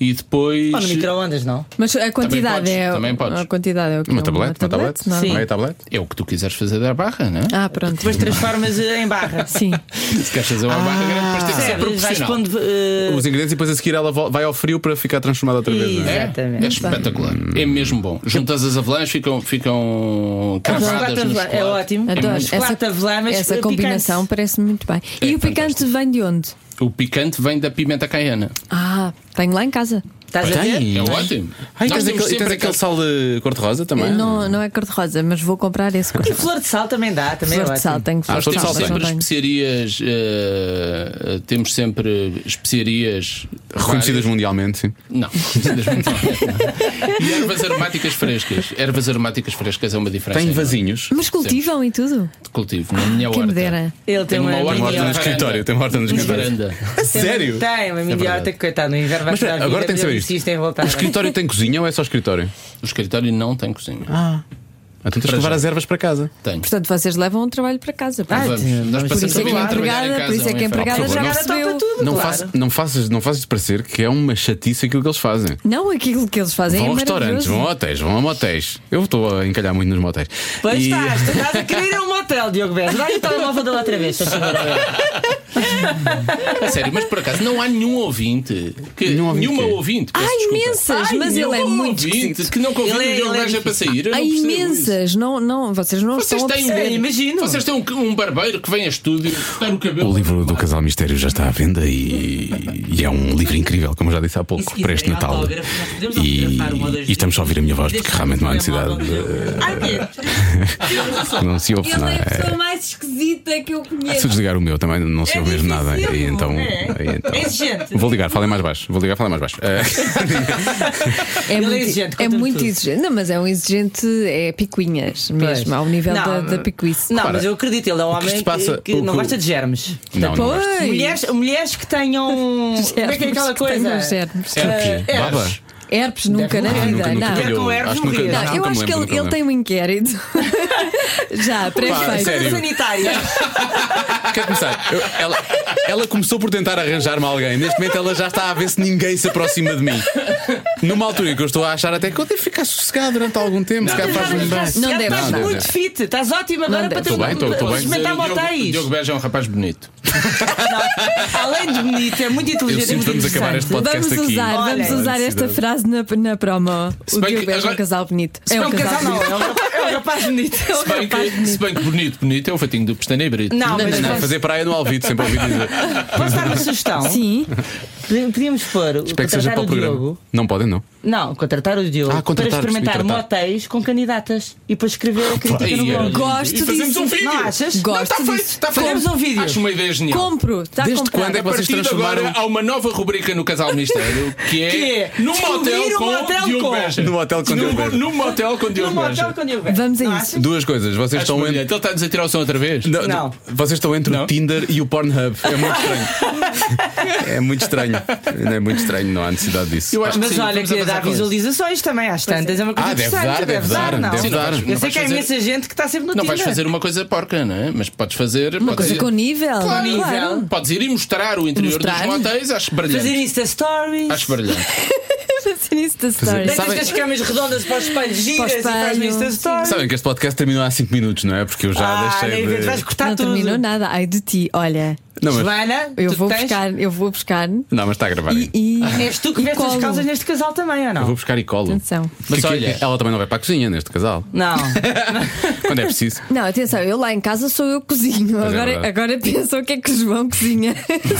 E: e depois.
D: Ou no micro-ondas, não?
C: Mas a quantidade
E: podes,
C: é.
E: também podes.
C: A quantidade é o quê?
B: Uma tablete? Uma tablete?
C: Não.
D: Sim.
B: Meia tablete?
E: É o que tu quiseres fazer da barra, não é?
C: Ah, pronto.
D: Depois transformas eh, em barra.
C: Sim.
B: É
E: Se queres fazer uma barra grande, depois tem que ser
D: Percebes? Ah, Vais
E: proporcional.
D: pondo. eh,
B: Os ingredientes e depois a seguir ela vo- vai ao frio para ficar transformada outra vez. não é?
E: É
D: Exatamente.
E: espetacular. É mesmo bom. Juntas as avelãs, ficam, ficam
D: O
E: cravadas
D: chocolate
E: no
D: avelã
E: chocolate.
D: É ótimo.
C: Adoro.
D: O chocolate avelã, mas
C: Essa
D: picante.
C: combinação parece-me muito bem. e
E: É
C: o picante
E: fantástico.
C: vem de onde?
E: O picante vem da pimenta caiana.
C: Ah, tenho lá em casa.
D: Estás a ver?
B: Tem.
E: É ótimo.
B: Ah, e tens,
E: Nós
B: aquele, e
E: temos sempre
B: tens aquele
E: aquele-
B: sal de cor-de-rosa também?
C: Não, não é cor-de-rosa, mas vou comprar esse
D: E
C: cor-de-rosa.
D: flor de sal também dá, também
C: Flor
D: é
C: de
D: ótimo.
C: sal, tenho flor
B: flor
C: de
B: Ah, de
E: Temos
C: sal,
B: sal
C: mas
E: sempre
C: não tenho.
E: especiarias, eh, temos sempre especiarias
B: Reconhecidas
E: várias.
B: mundialmente, sim.
E: Não, reconhecidas mundialmente. E ervas aromáticas frescas. Ervas aromáticas frescas é uma diferença.
B: Tem
E: enorme
B: vasinhos.
C: Mas cultivam e tudo.
E: de cultivo na minha
C: Quem me
E: horta.
C: dera.
D: Ele tem
E: Tenho
D: uma
E: uma horta
B: Tem uma
D: mini
B: horta no
E: Varanda.
B: escritório. Tem uma horta no
E: Na
B: escritório.
E: varanda.
B: Sério? É
D: Tem, uma mini
E: verdade.
D: horta que coitado, no inverno vai
B: Mas
D: estar
B: espera, agora tem que saber isto.
D: Insistem em é voltar.
B: O escritório tem cozinha ou é só escritório?
E: O escritório não tem cozinha.
C: Ah,
B: Então tens que levar as ervas para casa.
E: Tem.
C: Portanto, vocês levam o trabalho para casa. pá.
D: Ah,
E: Vamos.
D: tem.
E: Nós
D: Por
C: por
E: passamos
C: isso é
E: a
C: que
E: vida
C: a
E: a trabalhar em
C: empregada,
E: casa.
C: por isso é
E: um
C: que a
E: inferno.
C: empregada já
D: Agora topa
C: percebeu.
D: tudo.
B: Não,
D: claro.
B: faças, não, faças, não faças parecer que é uma chatice aquilo que eles fazem.
C: Não, aquilo que eles fazem
B: Vão
C: é
B: a restaurantes,
C: maravilhoso.
B: vão a hotéis, vão a motéis. Eu estou a encalhar muito nos motéis.
D: Pois
B: E-
D: estás, tu estás a querer ir a um motel, Diogo Beto. Dá-lhe então o telemóvel dele outra vez. faz favor.
E: A sério, mas por acaso não há nenhum ouvinte. Que,
B: Nenhum ouvinte
C: é.
E: nenhuma
B: quê?
E: ouvinte. peço
C: Há
E: desculpa.
C: imensas,
E: Ai,
C: mas ele é
E: nenhum
C: muito
E: ouvinte
C: esquisito.
E: que não convida
D: Ele é-
E: o Diogo
D: ele é
E: Beja
D: muito-
E: para sair. Eu
C: Há
E: não percebo isso.
C: imensas. Não, não, vocês não
E: Vocês
C: estão a
E: têm,
C: perceber.
D: É, imagino.
E: vocês têm um, um barbeiro que vem a estúdio cortar o cabelo.
B: O livro do Casal Mistério já está à venda e, e é um livro incrível, como eu já disse há pouco, para
D: é
B: este Natal. E, e estamos só a ouvir a minha voz porque realmente não há necessidade de. Não se ouve
G: Ele
B: nada.
G: é a
B: É,
G: pessoa mais esquisita que eu
B: Se
G: conheço.
B: eu desligar o meu também não se ouve mesmo nada. E então, e então-
D: exigente.
B: Vou ligar, falem mais baixo. Vou ligar, falem mais baixo. Eh,
C: É
D: Ele é
C: muito
D: exigente,
C: É
D: conta-me
C: muito
D: tudo.
C: exigente. Não, mas é um exigente. É picuinhas mesmo, ao nível
D: Não,
C: da, da picuice.
D: Não, mas eu acredito, ele é um
B: que
D: homem
B: se
D: que,
B: passa-
D: que
B: o que
D: não
B: o-
D: gosta de germes.
B: não, não gosto.
C: Pois.
D: Mulheres, mulheres que tenham. Como é que é aquela
C: É Germes, tenham
D: coisa?
C: germes.
B: Herpes.
D: Eh,
B: Baba?
D: herpes.
C: Herpes nunca na
B: Ah,
C: vida.
B: nunca, nunca
C: é? não.
D: calhou.
B: calhou.
D: com herpes
B: Acho que nunca- nunca
C: Não, eu
D: morria.
B: me
C: acho
B: lembro,
C: que
B: nunca me
C: ele, ele tem um inquérito já pré-feito.
B: sério?
D: Sanitárias.
B: Quer começar? Eu- ela, ela começou por tentar arranjar-me alguém. Neste momento ela já está a ver se ninguém se aproxima de mim. Numa altura em que eu estou a achar até que eu devo ficar sossegado durante algum tempo. se calhar faz-me bem.
C: Não
D: Já
C: deve,
D: Estás
B: não
D: muito
B: deve.
D: fit, estás ótimo agora é para
C: deve.
D: ter um
B: Tô bem, tô- tô bem.
D: experimentar
E: Mas, eh, Diogo-
D: motéis.
E: Diogo Beja é um rapaz bonito.
D: Além de bonito, é muito
B: Eu
D: inteligente. e
B: sinto que
D: muito
B: vamos acabar
D: interessante.
B: este podcast
C: Vamos
B: aqui.
C: usar,
D: Olha,
C: vamos usar esta
B: necessidade.
C: frase na, na promo.
E: Se
C: O
E: bem que
C: Diogo é um
E: agora-
C: casal bonito. É um
D: É um casal, não, é um rapaz- é um rapaz bonito.
E: Se bem, que, se bem que bonito, bonito é o fatinho do Pestana Brito.
D: Não, mas
B: Não,
D: posso-
B: fazer praia no Alvito, sempre ouvi dizer.
D: posso dar uma sugestão?
C: Sim,
D: Podi- Podíamos pôr
B: Espero
D: o-
B: que seja
D: contratar
B: para o
D: o
B: programa.
D: Diogo.
B: Não podem, não.
D: Não, contratar o Diogo
B: Ah,
D: para
B: contratar,
D: experimentar
B: sim, contratar. é.
D: motéis com candidatas e para escrever a crítica no
E: Ai,
D: blog.
E: era-
C: Gosto
E: e fazemos
C: disso.
E: um vídeo.
D: Não achas?
C: gosto
E: Está feito,
C: disso.
E: está feito.
D: Fazemos um vídeo.
E: Acho uma ideia genial.
C: Compro, está
B: Desde
C: comprado.
B: quando é que
E: A
B: vocês
E: partir de
B: transformaram-
E: agora há uma nova rubrica no Casal Mistério que é,
D: Que é
E: num
D: Descobrir
E: hotel
D: um
E: com
D: hotel
E: Diogo
D: com-
E: Beja.
B: Num hotel com Diogo Beja.
E: Num hotel com Diogo
D: Numa
E: Beja.
D: hotel com o Diogo.
C: Vamos a
D: Não
C: isso.
D: achas?
B: Duas coisas. Vocês
E: Acho
B: estão
E: brilhante.
B: entre.
E: Ele está a dizer tirar o som outra vez?
B: Não,
D: Não.
B: Vocês estão entre
E: Não?
B: o Tinder e o Pornhub. É muito estranho. é muito estranho. É muito estranho, não há necessidade disso.
E: Eu acho que
D: Mas
E: sim,
D: olha,
E: vamos
D: que dá
E: avançar com isso.
D: visualizações também às tantas. É uma coisa
B: Ah, deve
D: interessante,
B: dar, deve dar,
D: não.
B: deve
E: Sim, não
B: dar.
E: vais-
D: Eu sei
E: vais
D: que há
E: fazer-
D: imensa gente que está sempre no
E: Não
D: Tinder.
E: vais fazer uma coisa porca, não é? Mas podes fazer.
C: Uma coisa com nível.
E: Claro.
C: claro.
E: Podes ir e mostrar o interior
C: Mostrar.
E: dos motéis, acho brilhante.
D: Fazer Insta Stories.
E: Acho brilhante.
C: Fazer isso da story.
B: Sabe-
D: Deitas as camas redondas para os espelhos giras e faz
C: espelho,
D: no Insta
C: sim.
D: Stories.
B: Sabem que este podcast terminou há 5 minutos, não é? Porque eu já
D: Ah,
B: deixei.
D: nem
B: de-
D: vês, vais cortar
C: Não
D: tudo.
C: terminou nada. Ai de ti, olha.
B: Não, mas,
D: Joana,
C: Eu
D: tu
C: vou
D: tens...
C: buscar, eu vou buscar.
B: não, mas está a gravar.
C: E,
B: ainda.
C: e
D: Ah, És tu que
C: e
D: vestes as
C: colo.
D: calças neste casal também, ou
B: Eu vou
D: não?
B: buscar e colo.
C: Atenção.
E: Mas
B: Mas
E: olha-
B: olha, ela também não vai para a cozinha neste casal.
D: Não.
B: Quando é preciso.
C: Não, atenção, eu lá em casa sou eu que cozinho.
B: é
C: Agora,
B: verdade.
C: agora pensa o que é que o João cozinha.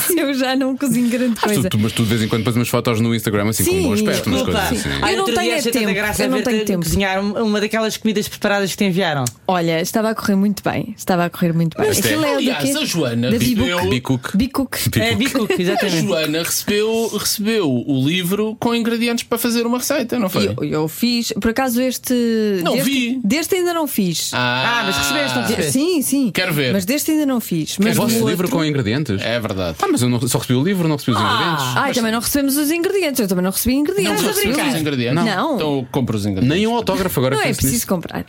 C: Se eu já não cozinho grande
B: Tu-
C: coisa.
B: tu- mas tu de vez em quando pões umas fotos no Instagram assim com
C: Sim,
B: um bom aspecto, umas
D: Desculpa.
B: coisas assim.
D: Ai,
C: Eu não
D: outro dia
C: tenho
D: achei
C: tempo.
D: tanta graça
C: Eu não
D: ver-te
C: tenho tempo.
D: cozinhar um- uma daquelas comidas preparadas que te enviaram.
C: Olha, estava a correr muito bem. Estava a correr muito bem.
B: Mas
C: Aquilo é do
E: Aliás,
C: quê?
E: a Joana
C: Da
E: viveu
C: Bibuc.
B: Bicook.
C: Bicook.
D: É bico, exatamente.
E: Joana recebeu, recebeu o livro com ingredientes para fazer uma receita, não foi?
C: Eu, eu fiz, por acaso este.
E: Não
C: deste,
E: vi.
C: Deste ainda não fiz.
D: Ah, mas recebeste,
B: um
D: não recebeste?
C: Sim, sim.
E: Quero ver.
C: Mas deste ainda não fiz.
B: É
C: Mas
B: vosso
C: o
B: livro
C: outro- Ah.
B: com ingredientes?
E: É verdade.
B: Ah, mas eu não- só recebi o livro, não recebi os ingredientes.
C: Ai, também não recebemos os ingredientes. Eu também não recebi ingredientes.
E: Não recebemos os ingredientes.
C: Não.
E: Então eu compro os ingredientes.
B: Nem um autógrafo agora
C: Não
B: que
C: é
B: penso nisso.
C: preciso comprar.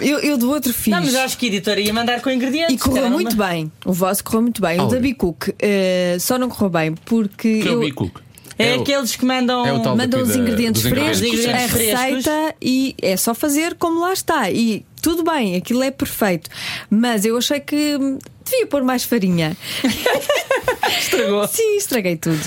C: Eu, eu do outro fiz.
D: Não, mas eu acho que a editora ia mandar com ingredientes.
C: E correu
D: Era uma-
C: muito bem. O vosso correu muito bem. O
B: Olha.
C: da Bicook eh, só não correu bem porque.
E: Que é o
C: eu-
E: Bicook.
D: É,
B: É o-
D: aqueles que mandam.
B: é o tal-
C: Mandam os
B: Cuida
C: ingredientes
B: dos
C: frescos,
D: ingredientes.
C: a receita e é só fazer como lá está. E tudo bem, aquilo é perfeito. Mas eu achei que hum, devia pôr mais farinha.
D: Estragou.
C: Sim, estraguei tudo.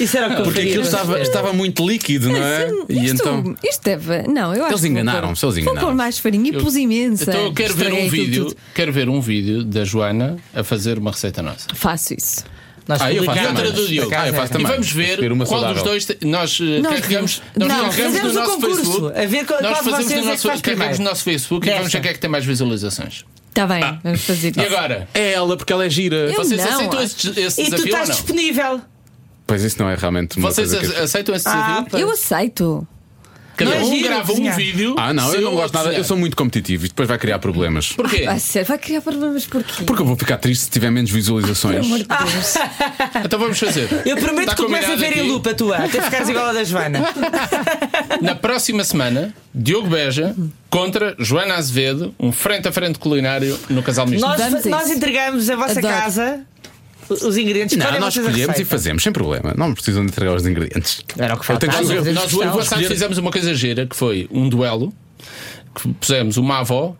D: Isso era o que eu
B: Porque
D: faria.
B: aquilo estava, estava muito líquido, não é?
C: Sim,
B: E
C: isto,
B: então.
C: isto deve. Não, eu acho
B: Eles
C: que vou
B: enganaram-se,
C: pôr-
B: eles
C: Vou
B: enganaram-se.
C: pôr mais farinha e pus imensa.
E: Então eu quero ver
C: Estraguei
E: um
C: aquilo
E: vídeo.
C: tudo.
E: Quero ver um vídeo da Joana a fazer uma receita nossa.
C: Faço isso.
D: Nós
B: Ah, eu faço
E: E
B: também.
E: outra do Diogo.
B: Por acaso Ah, eu faço
E: e
B: também.
E: vamos
B: Escolher
E: ver
B: uma
E: qual dos
B: saudável.
E: dois. te- Nós eh,
C: Nós
E: carregamos,
C: não,
E: nós carregamos
D: fizemos
E: no
D: um
E: nosso
D: concurso,
E: Facebook.
D: a ver qual-
E: nós
D: qual de
E: fazemos
D: vocês é
E: no
D: que
E: nosso,
D: faz
E: carregamos
D: primeiro.
E: no nosso Facebook e
D: Desta.
E: vamos ver quem é que tem mais visualizações.
C: Está Tá bem, vamos fazer isso.
E: E agora?
B: É ela, porque ela é gira.
C: Eu-
E: Vocês
C: não,
E: aceitam
C: acho-
E: esse, esse
D: E tu
E: desafio ou
D: estás
E: não?
D: disponível.
B: Pois isso não é realmente uma
E: Vocês
B: coisa que eu-
E: ace- aceitam esse
D: Ah,
E: desafio?
D: pá.
C: Eu aceito.
E: Cada
D: Não é
E: um
D: giro
E: grava um
D: cozinhar.
E: vídeo.
B: Ah, não, eu
E: seu
B: não gosto nada.
E: a
B: Eu
E: cozinhar.
B: sou muito competitivo e depois vai criar problemas.
E: um Porquê?
D: Ah,
C: Vai ser, vai criar problemas porquê?
B: Porque eu vou ficar triste se tiver menos visualizações.
C: Amor de Deus.
E: Então vamos fazer.
D: Eu prometo
E: Está
D: que eu começo a
E: combinado
D: ver em
E: aqui.
D: lupa a tua, até ficares igual a da Joana.
E: Na próxima semana, Diogo Beja contra Joana Azevedo, um frente a frente culinário no casal misto.
D: Nós,
C: Vamos a
D: nós
C: isso.
D: entregamos a vossa
C: Adoro.
D: casa os ingredientes
B: Não,
D: Escolhem
B: nós
D: vocês a
B: escolhemos e
D: receita.
B: fazemos, sem problema. Não precisam de entregar os ingredientes.
E: É.
D: Era o que
B: Eu tenho
D: faltava.
B: que fazer.
E: Nós o ano passado fizemos uma coisa gira que foi um duelo que pusemos uma avó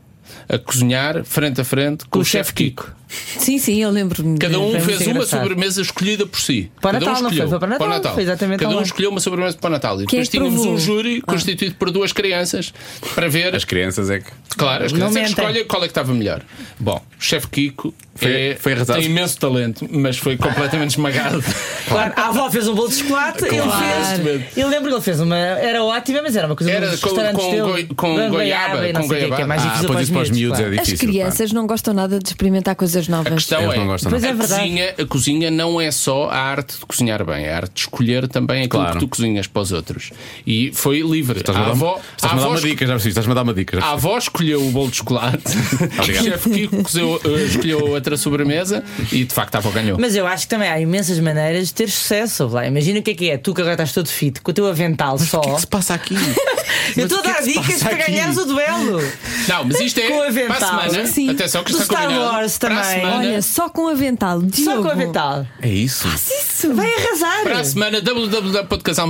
E: a cozinhar frente a frente com, o chefe Kiko.
C: Sim, sim, eu lembro-me.
E: Cada um
D: Foi muito
E: fez uma
D: engraçado.
E: sobremesa escolhida por si.
D: Para
E: Cada um
D: Natal, não
E: escolheu.
D: foi? Foi para Natal, foi exatamente
E: Cada um
D: lá.
E: escolheu uma sobremesa para o Natal. E
C: Quem é
E: depois
C: que
E: tínhamos
C: provou?
E: um júri
C: Ah.
E: constituído por duas crianças para ver.
B: As crianças é que.
E: Claro, as
D: Não
E: crianças é que
D: mentem.
E: escolhem qual é que estava melhor. Bom, o chefe Kiko
B: Foi-
E: é-
B: foi arrasado.
E: tem imenso talento, mas foi completamente esmagado.
D: Claro, a avó fez um bolo de chocolate,
E: Claro.
D: ele fez. Eu lembro que ele fez uma. Era ótima, mas era uma coisa
E: Era
D: dos
E: com-
D: restaurantes
E: com
D: dele,
E: goi- com
D: grande
E: goiaba,
D: e não
E: com
D: sei o quê, que é
E: goiabada.
D: mais
E: Ah,
D: difícil
B: pois isso para os miúdos
D: claro.
B: é
C: As
B: difícil.
C: crianças não gostam nada de experimentar coisas novas.
E: A questão
B: Eles
E: é.
B: não gostam,
D: Pois
B: não.
D: é
E: a
D: verdade.
E: cozinha, a cozinha não é só a arte de cozinhar bem, é a arte de escolher também aquilo
B: Claro.
E: que tu cozinhas para os outros. E foi livre.
B: Estás-me
E: a
B: a dar- um-
E: avó, a Ah,
B: estás-me a dar
E: avó
B: uma
E: esco-
B: dica, já preciso. Estás-me a dar uma dica. já
E: A
B: percebi.
E: avó escolheu o bolo de chocolate,
B: Obrigado.
E: o chefe Kiko cozeu- eh, escolheu outra sobremesa e de facto a avó ganhou.
D: Mas eu acho que também há imensas maneiras de ter sucesso. ouve lá. Imagina o que é que é. Tu que agora estás todo fit, com o teu avental só.
B: O que é que se passa aqui?
D: eu
B: é
D: estou a dar dicas para ganhares o duelo.
E: Não, mas isto
D: Com
E: é
D: avental.
E: para a semana.
C: Sim.
E: Atenção que
D: Do
E: está
D: Star
E: combinado.
D: Wars
E: Para a
D: também.
E: semana-
C: Olha, só com avental. Diogo,
D: Só com o avental.
B: É isso.
C: Isso.
D: Vai arrasar.
E: Para a semana,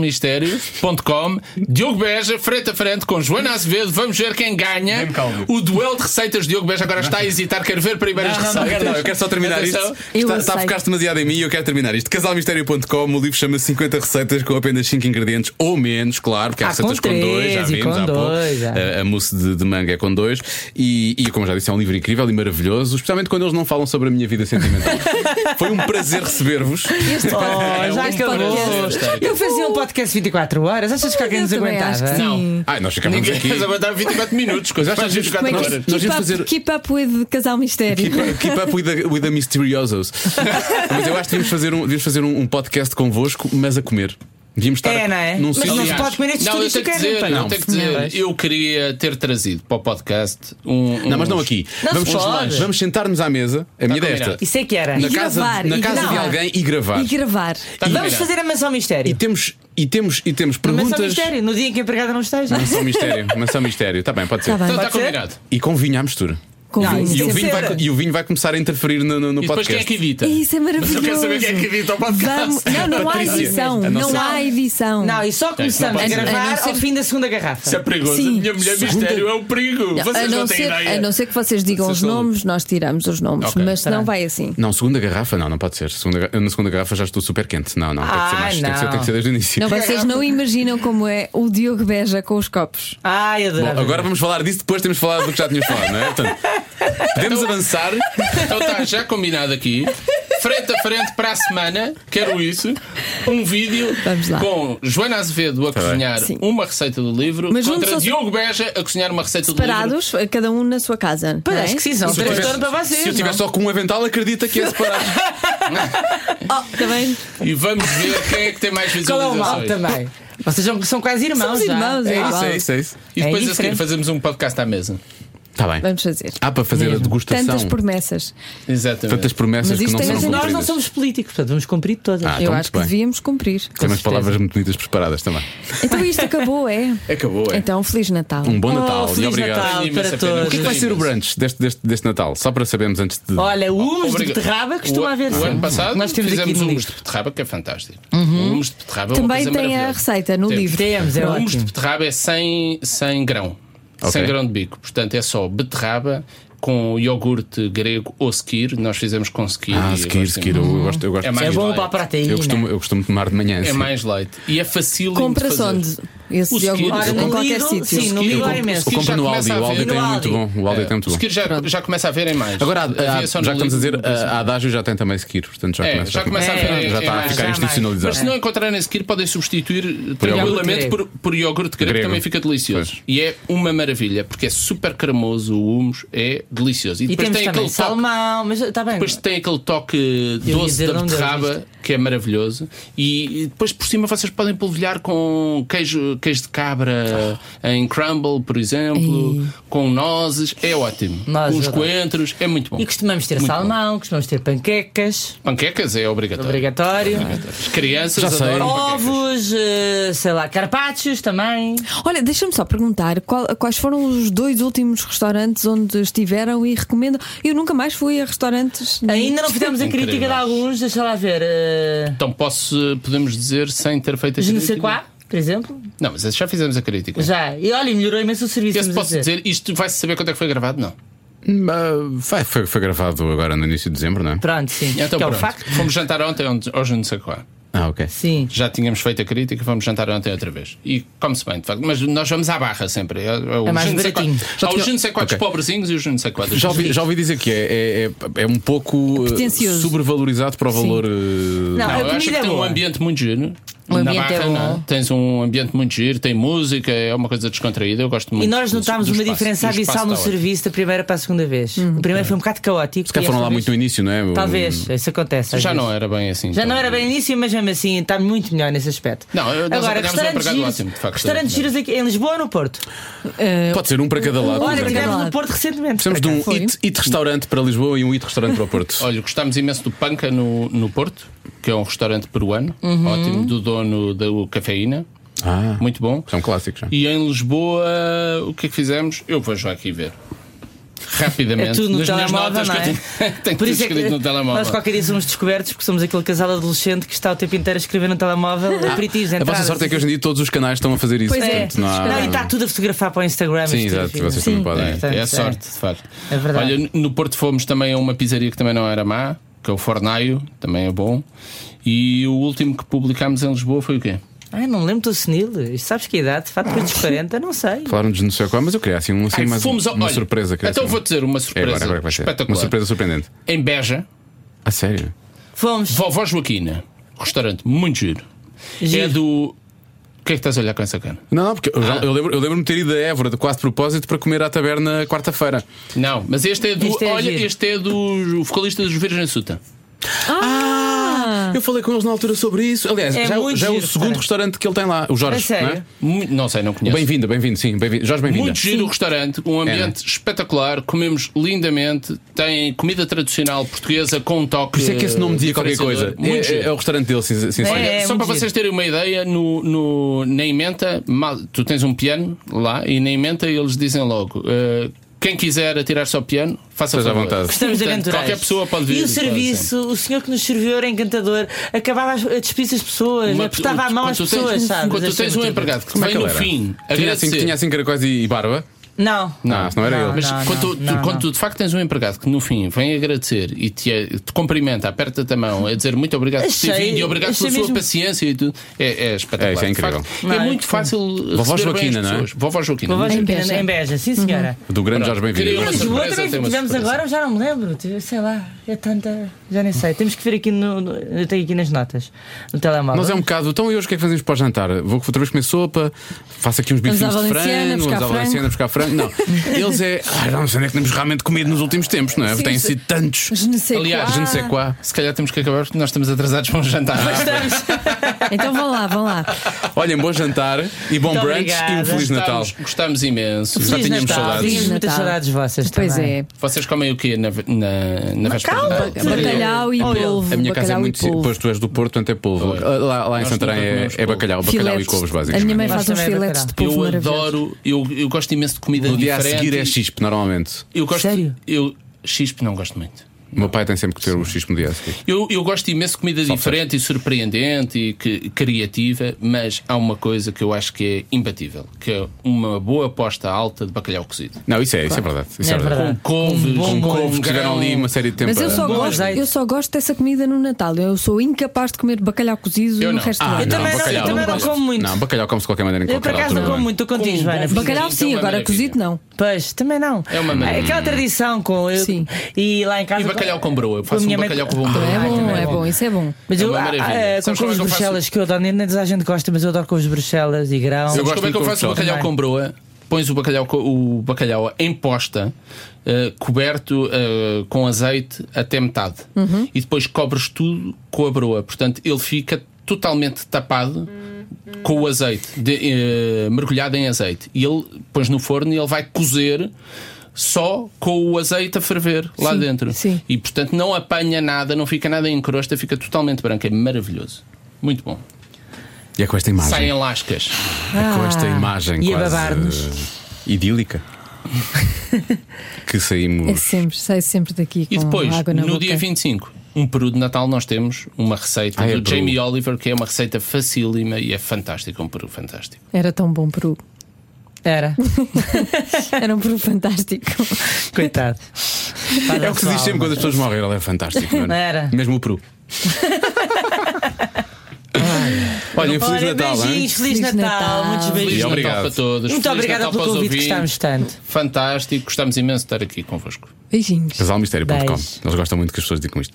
E: www.casalministério.com Diogo Beja, frente a frente com Joana Azevedo. Vamos ver quem ganha.
B: Bem calmo.
E: O duelo de receitas de Diogo Beja agora está a hesitar. Quero ver primeiras
B: Ah, Não, não, não
E: receitas.
B: quero, não. Eu quero só terminar
E: Atenção.
B: isto. Está, está a
C: aceito.
B: focar demasiado em mim e eu quero terminar isto. Casalmistério.com, o livro chama 50 receitas com apenas 5 ingredientes ou menos, claro, porque há
D: Ah,
B: receitas
D: com
B: com 2,
D: três
B: já
D: e
B: vimos
D: com
B: há pouco.
D: dois, já.
B: A, a mousse de, de manga é com 2. E, e, como já disse, é um livro incrível e maravilhoso, especialmente quando eles não falam sobre a minha vida sentimental. Foi um prazer receber-vos.
D: Oh, já
B: É um
C: este podcast.
D: acabou. Eu fazia um podcast 24 horas. Achas que alguém nos
C: Uh! Eu também acho
D: aguentava?
C: que sim.
B: Não. Ai, nós ficávamos
E: Ninguém
B: aqui.
E: quer aguentar 24 minutos. Coisa. Estás a
B: Mas
E: jogar
C: Como é que
E: agora.
C: é?
B: Nós íamos
C: Keep up,
B: fazer-
C: keep up with Casal Mistério.
B: Keep, keep up with the, with the Mysteriosos. mas eu acho que devíamos fazer um, devíamos fazer um, um podcast convosco, mas a comer. Devíamos estar
D: É, não é?
B: num
D: Mas
B: sítio-
D: não se
E: Aliás,
D: pode comer estes
E: não, eu
D: estudos
E: tenho que
D: que querem,
E: dizer,
D: pá,
E: eu
D: não.
E: tenho que dizer, eu queria ter trazido para o podcast um.
B: Não, mas não
E: uns-
B: aqui.
D: Não se
B: vamos,
D: pode.
B: vamos sentar-nos à mesa. A minha ideia é esta.
E: Tá combinado.
D: Isso é que era.
B: Na
C: E
B: casa,
C: gravar,
B: na
C: e
B: casa de
C: gravar.
B: alguém e gravar.
C: E
B: E,
C: gravar.
E: Está
D: Vamos
E: combinado.
D: fazer a mansão mistério.
B: temos, e, temos, e temos
D: Mas
B: perguntas.
D: só mistério, no dia em que a empregada não esteja.
B: Mansão mistério. Mansão mistério. Está bem, pode ser.
C: Tá bem.
E: Então está
D: Pode ser?
E: combinado.
B: E com vinho à mistura.
C: Com
D: Não,
C: vinho.
B: E o
D: Sim,
B: vinho,
D: sim.
B: vai, e o vinho vai começar a interferir no, no, no
E: E depois
B: podcast.
E: quem é que edita?
C: Isso é maravilhoso.
E: eu quero saber quem é que edita o podcast.
C: Vamos- Não, não há
E: Patrícia,
C: edição.
B: a nossa-
C: Não há edição.
D: Não, e só começamos a
E: pode ser.
C: A não
D: gravar
C: ser-
D: ao fim da segunda
E: Isso é
D: garrafa.
E: perigoso.
C: Sim.
E: A minha mulher
C: Segunda-
E: mistério é o perigo.
C: Não, a,
E: Vocês não
C: não
E: têm
C: ser,
E: ideia.
C: a não ser que vocês digam
E: Vocês
C: os
E: são
C: nomes, nós tiramos os nomes.
E: Ok.
C: mas se não
D: Tá bem.
C: vai assim.
B: Não, segunda garrafa, não, não pode ser. Segunda, gar- eu na segunda garrafa já estou super quente. Não, não, tem que ser
D: Ah,
B: mais. Tem que ser,
D: não.
B: tem que ser desde o início.
C: Não, vocês
E: assim.
C: não imaginam como é o Diogo Beja com os copos.
D: Ai,
B: Bom,
D: adorava.
B: agora vamos falar disso, depois temos falado do que já tínhamos falado, não é? Portanto, podemos avançar.
E: Então está já tá, combinado aqui. frente a frente para a semana, quero isso, um vídeo
C: Vamos lá.
E: com Joana Azevedo a
B: Tá bem.
E: cozinhar
C: Sim.
E: uma receita do livro
C: Mas um
E: contra
C: juntos-
E: Diogo Beja a cozinhar uma receita do livro.
C: Separados, cada um na sua casa. não é?
D: Acho que sim, são
B: Se eu
D: três
B: tivesse-
D: torno para vocês.
B: Se eu tiver
D: não? é?
B: só com um avental, acredita que é separado.
C: Oh, também.
E: E vamos ver quem é que tem mais
D: Qual é o mal
E: visualizações.
D: também? Vocês são, são quase irmãos
C: Somos
D: já.
C: irmãos,
D: é
C: é
D: isso.
C: igual.
B: é isso, é isso.
E: e
D: É
E: depois a seguir
D: diferente.
E: fazemos um podcast à mesa.
B: Está bem.
C: Vamos fazer.
B: Há para fazer a degustação.
C: Tantas promessas.
E: Exatamente.
B: Tantas promessas
C: Mas
B: que
C: isto
B: não
C: tem-
B: serão
D: Mas
C: São
D: nós não
B: cumpridas.
D: somos políticos, portanto vamos cumprir todas.
B: Ah,
C: Eu
B: então
C: acho
B: muito
C: que
B: bem.
C: devíamos cumprir.
B: Tem
C: com
B: umas
C: certeza.
B: palavras muito bonitas preparadas também.
C: Então isto acabou, é?
E: Acabou, é.
C: Então, Feliz Natal.
B: Um bom
D: Oh,
B: Natal e
D: Feliz
B: obrigado.
D: Natal
E: Tenho imensa
D: para
E: pena.
D: todos.
B: O que é que vai ser o brunch deste, deste, deste Natal? Só para sabermos antes de.
D: Olha, o humus um de
E: Obrigado.
D: beterraba costuma
E: O-
D: haver
E: O ano
D: sempre.
E: passado
D: Nós temos aqui
E: fizemos
D: no
E: um humus de
D: livro. Uhum.
E: beterraba que é fantástico. O humus de beterraba é uma
C: Também
E: coisa
C: tem a
E: maravilhosa.
C: receita no
E: Temos.
C: livro.
D: Temos, é
E: o humus de
D: ótimo.
E: beterraba é sem, sem grão.
B: Ok.
E: Sem grão de bico. Portanto, é só beterraba com iogurte grego ou sequir. Nós fizemos com sequir.
B: Ah,
E: e
B: seguir,
E: gosto
B: seguir.
E: muito.
B: Eu gosto. Eu gosto
E: É mais
D: É bom
E: light.
D: para a proteína.
B: eu, costumo, eu costumo tomar de manhã.
E: É
B: sim.
E: mais leite. E é fácil
C: Compra-se onde? Esse
E: O
C: iogurte
E: Skir-
C: em
E: no
C: qualquer
D: Lidl,
C: sítio.
D: sim, no
E: Eu
D: Lidl
E: compro-
D: é imenso.
E: Skir
B: Compra
E: já
B: no Aldi.
E: começa a
B: O Aldi
E: ver-
B: tem um
D: No
B: muito
D: Aldi.
B: bom. O Aldi
E: É,
B: tem muito
E: o
B: bom.
E: Skir já, já começa a verem mais.
B: Agora, ah,
E: Havia só
B: já
E: no
B: estamos a dizer, ah,
E: livro,
B: a a Adágio já tem também seguir, portanto já
E: É,
B: começa
E: já começa a
B: ficar-
E: ver-
B: já
E: é,
B: está a
E: é,
B: ficar
E: já
B: institucionalizado.
E: Mas se não encontrarem sequer, podem substituir
D: iogurte
E: tranquilamente por,
D: grego.
E: por iogurte grego,
B: Grego.
E: também fica delicioso.
B: Pois.
E: E é uma maravilha, porque é super cremoso, o humus é delicioso. E
D: E
E: depois
D: temos
E: tem
D: também
E: aquele toque.
D: salmão, mas está bem.
E: Depois tem aquele toque
D: ia
E: doce
D: dizer,
E: da
D: não deu
E: beterraba,
D: isto.
E: que é maravilhoso. E e depois por cima vocês podem polvilhar com queijo, queijo de cabra em crumble, por exemplo, com nozes, é ótimo.
D: Nozes,
E: com os
D: adoro.
E: coentros, é muito bom.
D: E costumamos ter
E: Muito
D: salmão, costumamos ter panquecas,
E: Panquecas é obrigatório.
D: obrigatório.
E: As crianças
B: Já sei.
E: adoram panquecas.
D: Ovos, eh, sei lá, carpaccios também.
C: Olha, deixa-me só perguntar qual- quais foram os dois últimos restaurantes onde estiveram e recomendo. Eu nunca mais fui a restaurantes.
D: Ainda não fizemos a
E: Incrível.
D: crítica de alguns, deixa lá ver. eh,
E: Então posso, podemos dizer, sem ter feito a
D: Je ne
E: crítica.
D: sais quoi, por exemplo.
E: Não, mas esse já fizemos a crítica.
D: Já. E olha, melhorou imenso o serviço.
E: Esse
D: vamos
E: É. posso dizer, isto vai-se saber quando é que foi gravado? Não.
B: Hum, ah, vai- foi, foi gravado agora no início de dezembro, não é?
D: Pronto, sim.
E: Então
D: que é o
E: pronto.
D: facto.
E: Fomos jantar ontem, onde- hoje não sei qual.
B: Ah, ok.
D: Sim.
E: Já tínhamos feito a crítica, fomos jantar ontem outra vez. E come-se bem, de facto. Mas nós vamos à barra sempre. É, o
D: É mais
E: je ne sais quoi.
D: baratinho.
E: Há os
B: tinha-
E: je ne sais quoi
B: Ok.
E: dos pobrezinhos e os je ne sais quoi dos
B: Já ouvi,
E: ricos.
B: já ouvi dizer que é, é, é, é um pouco eh,
C: Pretencioso.
B: sobrevalorizado para o valor. eh,
D: Não,
E: Não,
D: a
E: eu acho que
D: comida é
E: tem um
D: boa. Um
E: ambiente muito giro.
C: O
E: Na
C: ambiente é
E: barra,
C: bom.
E: não é? tens um ambiente muito giro, tem música, é uma coisa descontraída. Eu gosto muito
D: E nós
E: do-
D: notámos
E: do
D: uma
E: espaço.
D: diferença
E: O espaço
D: abissal no
E: está ótimo. Uhum.
D: serviço da primeira para a segunda vez. o primeiro foi um bocado caótico.
B: Se calhar
D: e
B: foram
D: esta
B: lá
D: vez-
B: muito no início, não é? Um-
D: Talvez, isso acontece. às
E: hum. Já
D: vezes.
E: não era bem assim.
D: Já
E: então.
D: não era bem início, mas mesmo assim está muito melhor nesse aspecto.
E: Não, eu- nós
D: Agora,
E: apanhámos um
D: restaurantes
E: empregado
D: giros,
E: ótimo, de facto,
D: restaurantes
E: também.
D: giros aqui em Lisboa ou no Porto?
C: Eh,
B: Pode ser um para cada lado.
D: Olha,
B: por exemplo.
E: um
D: tivemos
C: lado.
D: no Porto recentemente.
B: Precisamos de
D: por
B: um
D: acaso.
B: it, it restaurante para Lisboa e um it restaurante para o Porto.
E: Olha, gostámos imenso do Panca no, no Porto, que é um restaurante peruano,
D: Uhum.
E: ótimo, do dono da Cafeína,
B: Ah,
E: muito bom.
B: são clássicos. já.
E: E em Lisboa, o que é que fizemos? Eu vou já aqui ver. Rapidamente.
D: É tudo no
E: Nas minhas
D: telemóvel,
E: notas
D: não
E: que
D: é?
E: eu tenho- Tenho
D: Por
E: tudo
D: isso é
E: escrito
D: que
E: no telemóvel.
D: nós qualquer dia somos descobertos porque somos aquele casal adolescente que está o tempo inteiro a escrever no telemóvel
E: Ah,
D: aperitivos,
B: A vossa
D: entradas.
B: sorte é que hoje em dia todos os canais estão a fazer isso.
C: Pois é.
B: portanto, não há-
E: Ah.
D: Não, e está tudo a fotografar para o Instagram.
B: Sim,
D: as
B: exato,
D: fotografias.
B: vocês também podem.
E: É,
D: portanto,
E: é sorte, de facto.
D: É verdade.
E: Olha, no- no Porto fomos também a uma pizzaria que também não era má, que é o Fornaio, também é bom. E o último que publicámos em Lisboa foi o quê?
D: Ai, não me lembro do senil. Isto sabes que idade? De facto, depois dos 40, não sei.
B: Falaram-nos no seu qual, mas eu queria assim, um, assim
E: Ai,
B: mais
E: fomos ao-
B: uma
E: olha,
B: surpresa. queria,
E: Então
B: assim,
E: vou dizer uma
B: É
E: surpresa
B: agora, agora que vai ser.
E: espetacular.
B: Uma surpresa surpreendente.
E: Em Beja,
B: A sério?
D: Fomos.
E: Vovó Joaquina, restaurante muito giro. É
D: Giro.
E: do. O que é que estás a olhar com essa cara?
B: Não, não, porque eu, já- eu lembro- eu lembro-me de ter ido a Évora de quase propósito para comer à taberna quarta-feira.
E: Não, mas este é do.
D: Este é
E: olha,
D: giro.
E: este é do vocalista dos Virgem Suta.
B: Eu falei com eles na altura sobre isso. Aliás,
D: É
B: já, é o-
D: muito
B: já é o
D: giro,
B: segundo
D: cara.
B: restaurante que ele tem lá, o
D: A
B: Jorge.
D: sério?
B: não é?
E: Mu- Não sei, não conheço.
B: Bem-vindo, bem-vindo, sim. Bem Jorge, bem-vindo.
E: Muito giro o restaurante, um
B: É,
E: ambiente
B: né?
E: espetacular, comemos lindamente, tem comida tradicional portuguesa com um toque.
B: Por isso é que esse nome dizia qualquer
E: diferenciador.
B: coisa. É,
E: Muito
B: é- é
E: giro.
B: o restaurante dele, sin-
E: Olha,
B: sinceramente.
D: É,
E: só
D: muito
E: para
D: giro.
E: vocês terem uma ideia, no, no- na emenda, mal- tu tens um piano lá e na emenda eles dizem logo: eh, quem quiser atirar só piano, faça
B: Esteja à
E: favor.
B: vontade.
D: Estamos
E: Portanto,
D: aventurais.
E: Qualquer pessoa pode vir.
D: E o
E: pode ser.
D: serviço, o senhor que nos serviu era encantador, acabava as- a despir as pessoas, é
E: Uma-
D: apertava a mão
E: quando
D: às
E: tu tens-
D: pessoas, sabes?
E: Quando tu
D: Achei
E: tens um
D: muito
E: empregado que te
B: Como é
E: vem
B: que ele
E: no
B: era?
E: fim,
B: Tinha assim,
E: agradecer.
B: tinha assim caracóis e, e barba.
D: Não.
B: Não, isso não era ele.
E: Mas
D: não,
E: quando, tu,
D: não,
E: tu-
D: não.
E: quando tu de facto tens um empregado que no fim vem agradecer e te, te cumprimenta, aperta-te a mão, a dizer muito obrigado por ter
D: Achei-
E: vindo e obrigado pela
D: achei
E: sua
D: mesmo-
E: paciência e tudo, é, é espetacular.
B: É, isso é
E: De
B: incrível.
E: facto,
D: Não,
E: é
D: é
E: muito
D: incrível.
E: fácil
B: Vovó
E: receber bem as
B: Joaquina, não é?
E: pessoas. Vovó Joaquina.
D: Vou
E: muito
D: em
F: Beja.
D: Beja. Em Beja, sim senhora.
B: Do grande
E: Pronto,
B: Jorge
E: queria uma
B: Bem-vindo.
D: Mas o
E: surpresa,
D: outro é que
E: Uhum. tem uma
D: tivemos
E: surpresa.
D: agora, eu já não me lembro, tive- sei lá, é tanta. Já nem sei. Temos que ver aqui no. no- eu tenho aqui nas notas, no telemóvel.
B: Nós é um bocado. Então, e hoje o que é que fazemos para o jantar? Vou outra vez comer sopa, faço aqui uns
C: Vamos à
B: bifinhos de
C: Valenciana,
B: frango,
C: buscar
B: à Valenciana buscar frango. Não, eles é. Ah, não sei onde é que temos realmente comido nos últimos tempos, não é?
C: Sim,
B: Têm
C: sim.
B: sido tantos.
C: Mas não sei
E: Aliás,
C: qual.
E: je ne sais quoi. Se calhar temos que acabar porque nós estamos atrasados para um jantar.
C: Então vão lá, vão lá.
B: Olhem, um bom jantar e bom
D: Muito
B: brunch e um
D: obrigada.
B: Feliz Natal.
E: Gostámos, gostámos imenso. Já
D: Feliz
E: tínhamos
D: Natal.
E: saudades.
D: Tínhamos muitas
C: Natal.
D: saudades vossas
C: Pois
D: também.
C: é.
E: Vocês comem o quê na, na, na véspera? de Natal?
C: Bacalhau e polvo.
B: A minha casa é
C: bacalhau
B: muito.
C: e polvo.
B: Pois tu és do Porto, portanto é polvo.
E: Olha,
B: Lá, lá em
E: nós
B: Santarém
E: nunca
B: é,
E: comemos
B: é bacalhau, bacalhau e
C: Filetes.
B: couves,
C: A
B: basicamente.
C: minha mãe
D: Nós
C: faz uns
D: também é
C: filetes de polvo
E: Eu
C: maravilhosos.
E: adoro, eu, eu gosto imenso de comida
B: No dia a
E: diferente.
B: seguir é chispe, normalmente.
E: Eu gosto,
D: Sério?
E: Eu chispe não gosto muito.
B: O meu pai tem sempre que ter o chispe no dia a seguir.
E: Eu, eu gosto imenso de comida
B: Só
E: diferente e surpreendente e que, criativa, mas há uma coisa que eu acho que é imbatível, que é uma boa aposta alta de bacalhau cozido.
B: Não, isso é, isso é verdade. Isso é,
D: É
B: verdade.
D: verdade.
E: Com couves,
B: Com couves
E: grão.
B: que tiveram ali uma série de tempo. ah,
C: Mas eu só,
B: a-
D: Bom
C: gosto,
D: azeite.
C: eu só gosto dessa comida no Natal. Eu sou incapaz de comer bacalhau cozido
E: Eu
C: no
E: não.
D: Eu
C: restaurante.
D: também não,
B: bacalhau
D: eu também não
B: gosto.
D: como muito.
B: Não, bacalhau come-se de qualquer maneira em
D: Eu por
B: qualquer
D: acaso
B: altura. é?
D: não como muito, estou contigo,
E: é? Com
D: Joana.
E: bom
C: Bacalhau
E: Então é
C: sim, agora
E: maravilha.
C: cozido não.
D: Pois, também não.
E: É uma maravilha.
D: Aquela tradição com eu.
C: Sim.
D: E lá em casa.
E: E bacalhau com broa. Eu
D: com a
E: faço um
D: minha mãe-
E: bacalhau com broa.
C: É
E: Ai,
C: bom,
E: também
C: é bom, isso é bom.
D: Mas
E: É
D: eu,
E: uma
D: ah,
E: maravilha.
D: ah, com
E: Sabes como é
D: couves
E: que eu faço?
D: bruxelas que eu adoro, nem nem toda a gente gosta, mas eu adoro couves bruxelas e grão.
E: Sabes
B: gosto
E: como é que
B: muito
E: eu
B: de
E: faço o
B: couve-flor
E: bacalhau
D: também.
E: com broa? Pões o bacalhau, co- o bacalhau em posta, eh, coberto eh, com azeite até metade.
C: Uhum.
E: E depois cobres tudo com a broa. Portanto, ele fica totalmente tapado com o azeite, de- eh, mergulhado em azeite. E ele pões no forno e ele vai cozer. Só com o azeite a ferver lá
C: Sim,
E: dentro.
C: sim.
E: E portanto não apanha nada, não fica nada em crosta, fica totalmente branco. É maravilhoso. Muito bom.
B: E é com esta imagem.
E: Saem lascas.
B: É com esta imagem
D: e a
B: quase,
D: babar-nos.
B: eh, idílica que
C: É
B: saímos.
C: sempre, sai sempre daqui com
E: E depois,
C: água na
E: no
C: boca.
E: dia 25, um peru de Natal, nós temos uma receita
B: Ah, é
E: do
B: peru.
E: Jamie Oliver, que é uma receita facílima e é fantástica, um peru fantástico.
C: Era tão bom peru.
D: Era.
C: Era um peru fantástico.
D: Coitado.
B: É o que se diz sempre quando as pessoas morrem, ele é fantástico. Não é?
D: Não era?
B: Mesmo o Peru. Olha, é um Feliz
D: Olha,
B: Natal, hein?
D: beijinhos, Feliz
C: Feliz Natal.
D: Natal, muitos
B: E
E: Feliz
D: beijinhos.
B: obrigado.
E: Natal para todos.
D: Muito
E: Feliz
D: obrigada
E: Natal para
D: pelo
E: os
D: convite que
E: ouvintes.
D: estamos tanto.
E: Fantástico, gostamos imenso de estar aqui convosco.
C: Beijinhos.
B: Casalmistério.com.
D: Beijo.
B: Eles gostam muito que as pessoas digam isto.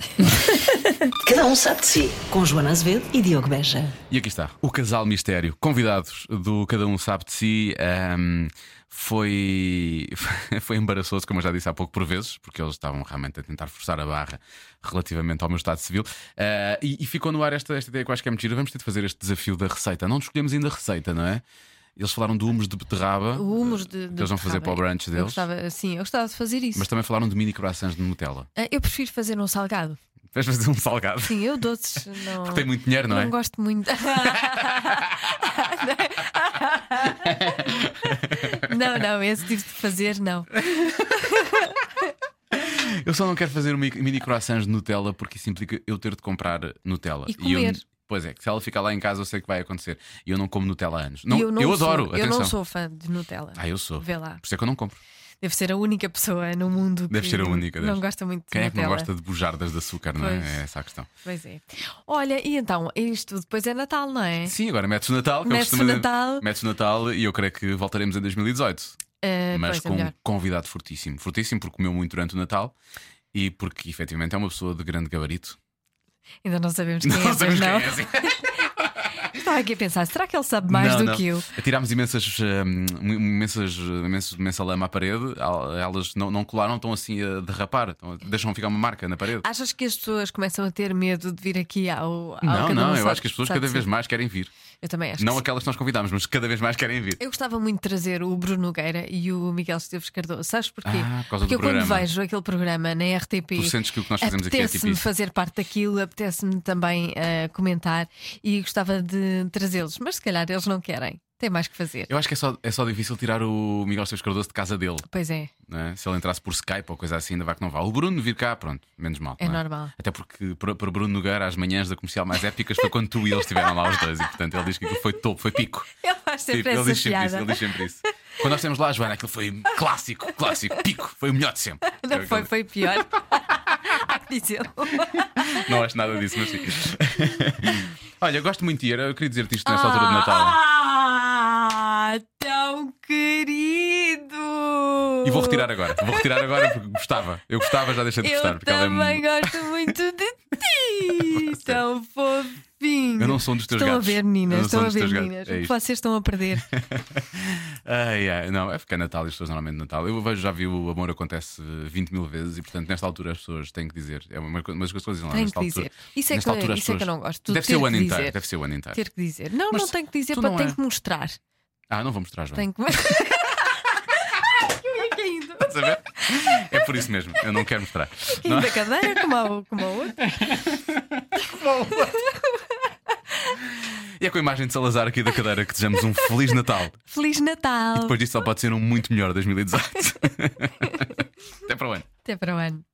A: Cada um sabe de si. Com Joana Azevedo e Diogo Beja.
B: E aqui está, o Casal Mistério. Convidados do Cada Um Sabe de Si. ahm, foi, foi embaraçoso, como eu já disse há pouco, por vezes, porque eles estavam realmente a tentar forçar a barra relativamente ao meu estado civil. Ah, e, e ficou no ar esta, esta ideia que eu acho que é mentira. Vamos ter de fazer este desafio da receita. Não escolhemos ainda a receita, não é? Eles falaram de humus de beterraba,
F: O humus de, de
B: que eles vão fazer
F: beterraba.
B: para o brunch
F: Eu
B: deles,
F: gostava, sim, eu gostava de fazer isso.
B: mas também falaram de mini croissants de Nutella.
F: Ah, Eu prefiro fazer um salgado.
B: Vais fazer um salgado.
F: Sim, eu doces não.
B: Porque tem muito dinheiro, não é?
F: gosto muito. não, não, esse tipo de fazer, não.
B: Eu só não quero fazer mi- mini croissants de Nutella porque isso implica eu ter de comprar Nutella.
F: E comer.
B: eu- pois é, que se ela ficar lá em casa eu sei que vai acontecer. E eu não como Nutella há anos. Não,
F: eu não sou,
B: adoro,
F: Eu
B: atenção.
F: não sou fã de Nutella.
B: Ah, eu sou.
F: Vê lá.
B: Por isso é que eu não compro.
F: Deve ser a única pessoa no mundo que
B: Deve ser a única,
F: não
B: deve.
F: gosta muito
B: Quem
F: de
B: é que não
F: Nutella.
B: gosta de bujardas de açúcar, não é?
F: Pois.
B: É essa a questão.
F: Pois é. Olha, e então, isto depois é Natal, não é?
B: Sim, agora metes o Natal. que eu
F: Mete-se o
B: costumo dizer-
F: Natal.
B: Mete-se o Natal e eu creio que voltaremos em 2018.
F: Ah, pois,
B: mas
F: é
B: com um
F: melhor.
B: convidado fortíssimo. Fortíssimo porque comeu muito durante o Natal. E porque efetivamente é uma pessoa de grande gabarito.
F: Ainda não sabemos quem é, mas
B: sabemos quem
F: não.
B: é, assim.
F: Estava aqui a pensar, será que ele sabe mais
B: Não,
F: do
B: não.
F: que eu?
B: Atirámos imensas, hum, imensas, imensas, imensa lama à parede, Al- elas não, não colaram, estão assim a derrapar, estão- deixam ficar uma marca na parede.
F: Achas que as pessoas começam a ter medo de vir aqui ao. ao
B: não,
F: Cada
B: não,
F: Um
B: eu
F: Sabe-
B: acho que as pessoas
F: Sabe
B: cada
F: de
B: vez
F: Si?
B: mais querem vir.
F: Eu também acho.
B: Não
F: que sim.
B: aquelas que nós convidámos, mas cada vez mais querem vir.
F: Eu gostava muito de trazer o Bruno Nogueira e o Miguel Esteves Cardoso. Sabes porquê?
B: Ah, por
F: Porque
B: causa do
F: eu quando
B: programa.
F: vejo aquele programa na RTP.
B: Tu sentes que o que nós fazemos aqui é tipo
F: apetece-me
B: isso.
F: fazer parte daquilo, apetece-me também ah, comentar e gostava de trazê-los. Mas se calhar eles não querem. Tem mais que fazer.
B: Eu acho que é só, é só difícil tirar o Miguel Esteves Cardoso de casa dele.
F: Pois é,
B: não é? Se ele entrasse por Skype ou coisa assim, ainda vai que não vá. O Bruno vir cá, pronto, menos mal.
F: é
B: não
F: normal.
B: Até porque para para o Bruno Nogueira, as manhãs da comercial mais épicas foi quando tu e ele estiveram lá os dois. E portanto ele diz que aquilo foi topo, foi pico.
F: Eu acho sempre
B: Tipo, ele
F: essa
B: diz sempre
F: piada.
B: isso, ele diz sempre isso. Quando nós temos lá a Joana, aquilo foi clássico, clássico, pico, foi o melhor de sempre.
C: Não foi, foi pior. Há que dizer.
B: Não acho nada disso, mas sim. Olha, eu gosto muito de ir, eu queria dizer-te isto nesta altura de Natal.
C: Ah, tão querido!
B: E vou retirar agora. Vou retirar agora porque gostava. Eu gostava, já deixei de
C: Eu
B: gostar. Porque ela é
C: também
B: mu-
C: gosto muito de ti, tão fofinho.
B: Eu não sou um dos teus
C: Estão
B: gatos.
C: a ver,
B: Eu
C: meninas,
B: não sou
C: estão a
B: um dos
C: ver,
B: teus gatos.
C: meninas.
B: É
C: o que
B: isto.
C: vocês estão a perder.
B: Ai, ai, não, é porque é Natal e as pessoas normalmente Natal. Eu vejo, já vi o amor acontece eh, 20 mil vezes e, portanto, nesta altura as pessoas têm que dizer. É uma, co- uma das coisas que dizem lá
C: Tenho
B: nesta
C: que
B: altura.
C: dizer. Isso é
B: nesta
C: que-
B: altura as
C: isso é que eu
B: pessoas-
C: não gosto. Tu
B: Deve ser
C: ter
B: o ano
C: que
B: inteiro.
C: dizer.
B: Deve ser o ano inteiro.
C: Ter que dizer. Não,
B: Mas
C: não
B: tu-
C: tenho que dizer,
B: tu
C: pá,
B: não
C: tenho
B: é.
C: que mostrar.
B: Ah, não vou mostrar, João.
C: Tenho que. Ai, que eu ia caindo.
B: Estás a ver? É por isso mesmo. Eu não quero mostrar. Não é?
C: Caindo da cadeira como a, como a outra.
B: E é com a imagem de Salazar aqui da cadeira que desejamos um Feliz Natal.
C: Feliz Natal!
B: Depois disso só pode ser um muito melhor 2018. Até para o ano.
C: Até para o ano.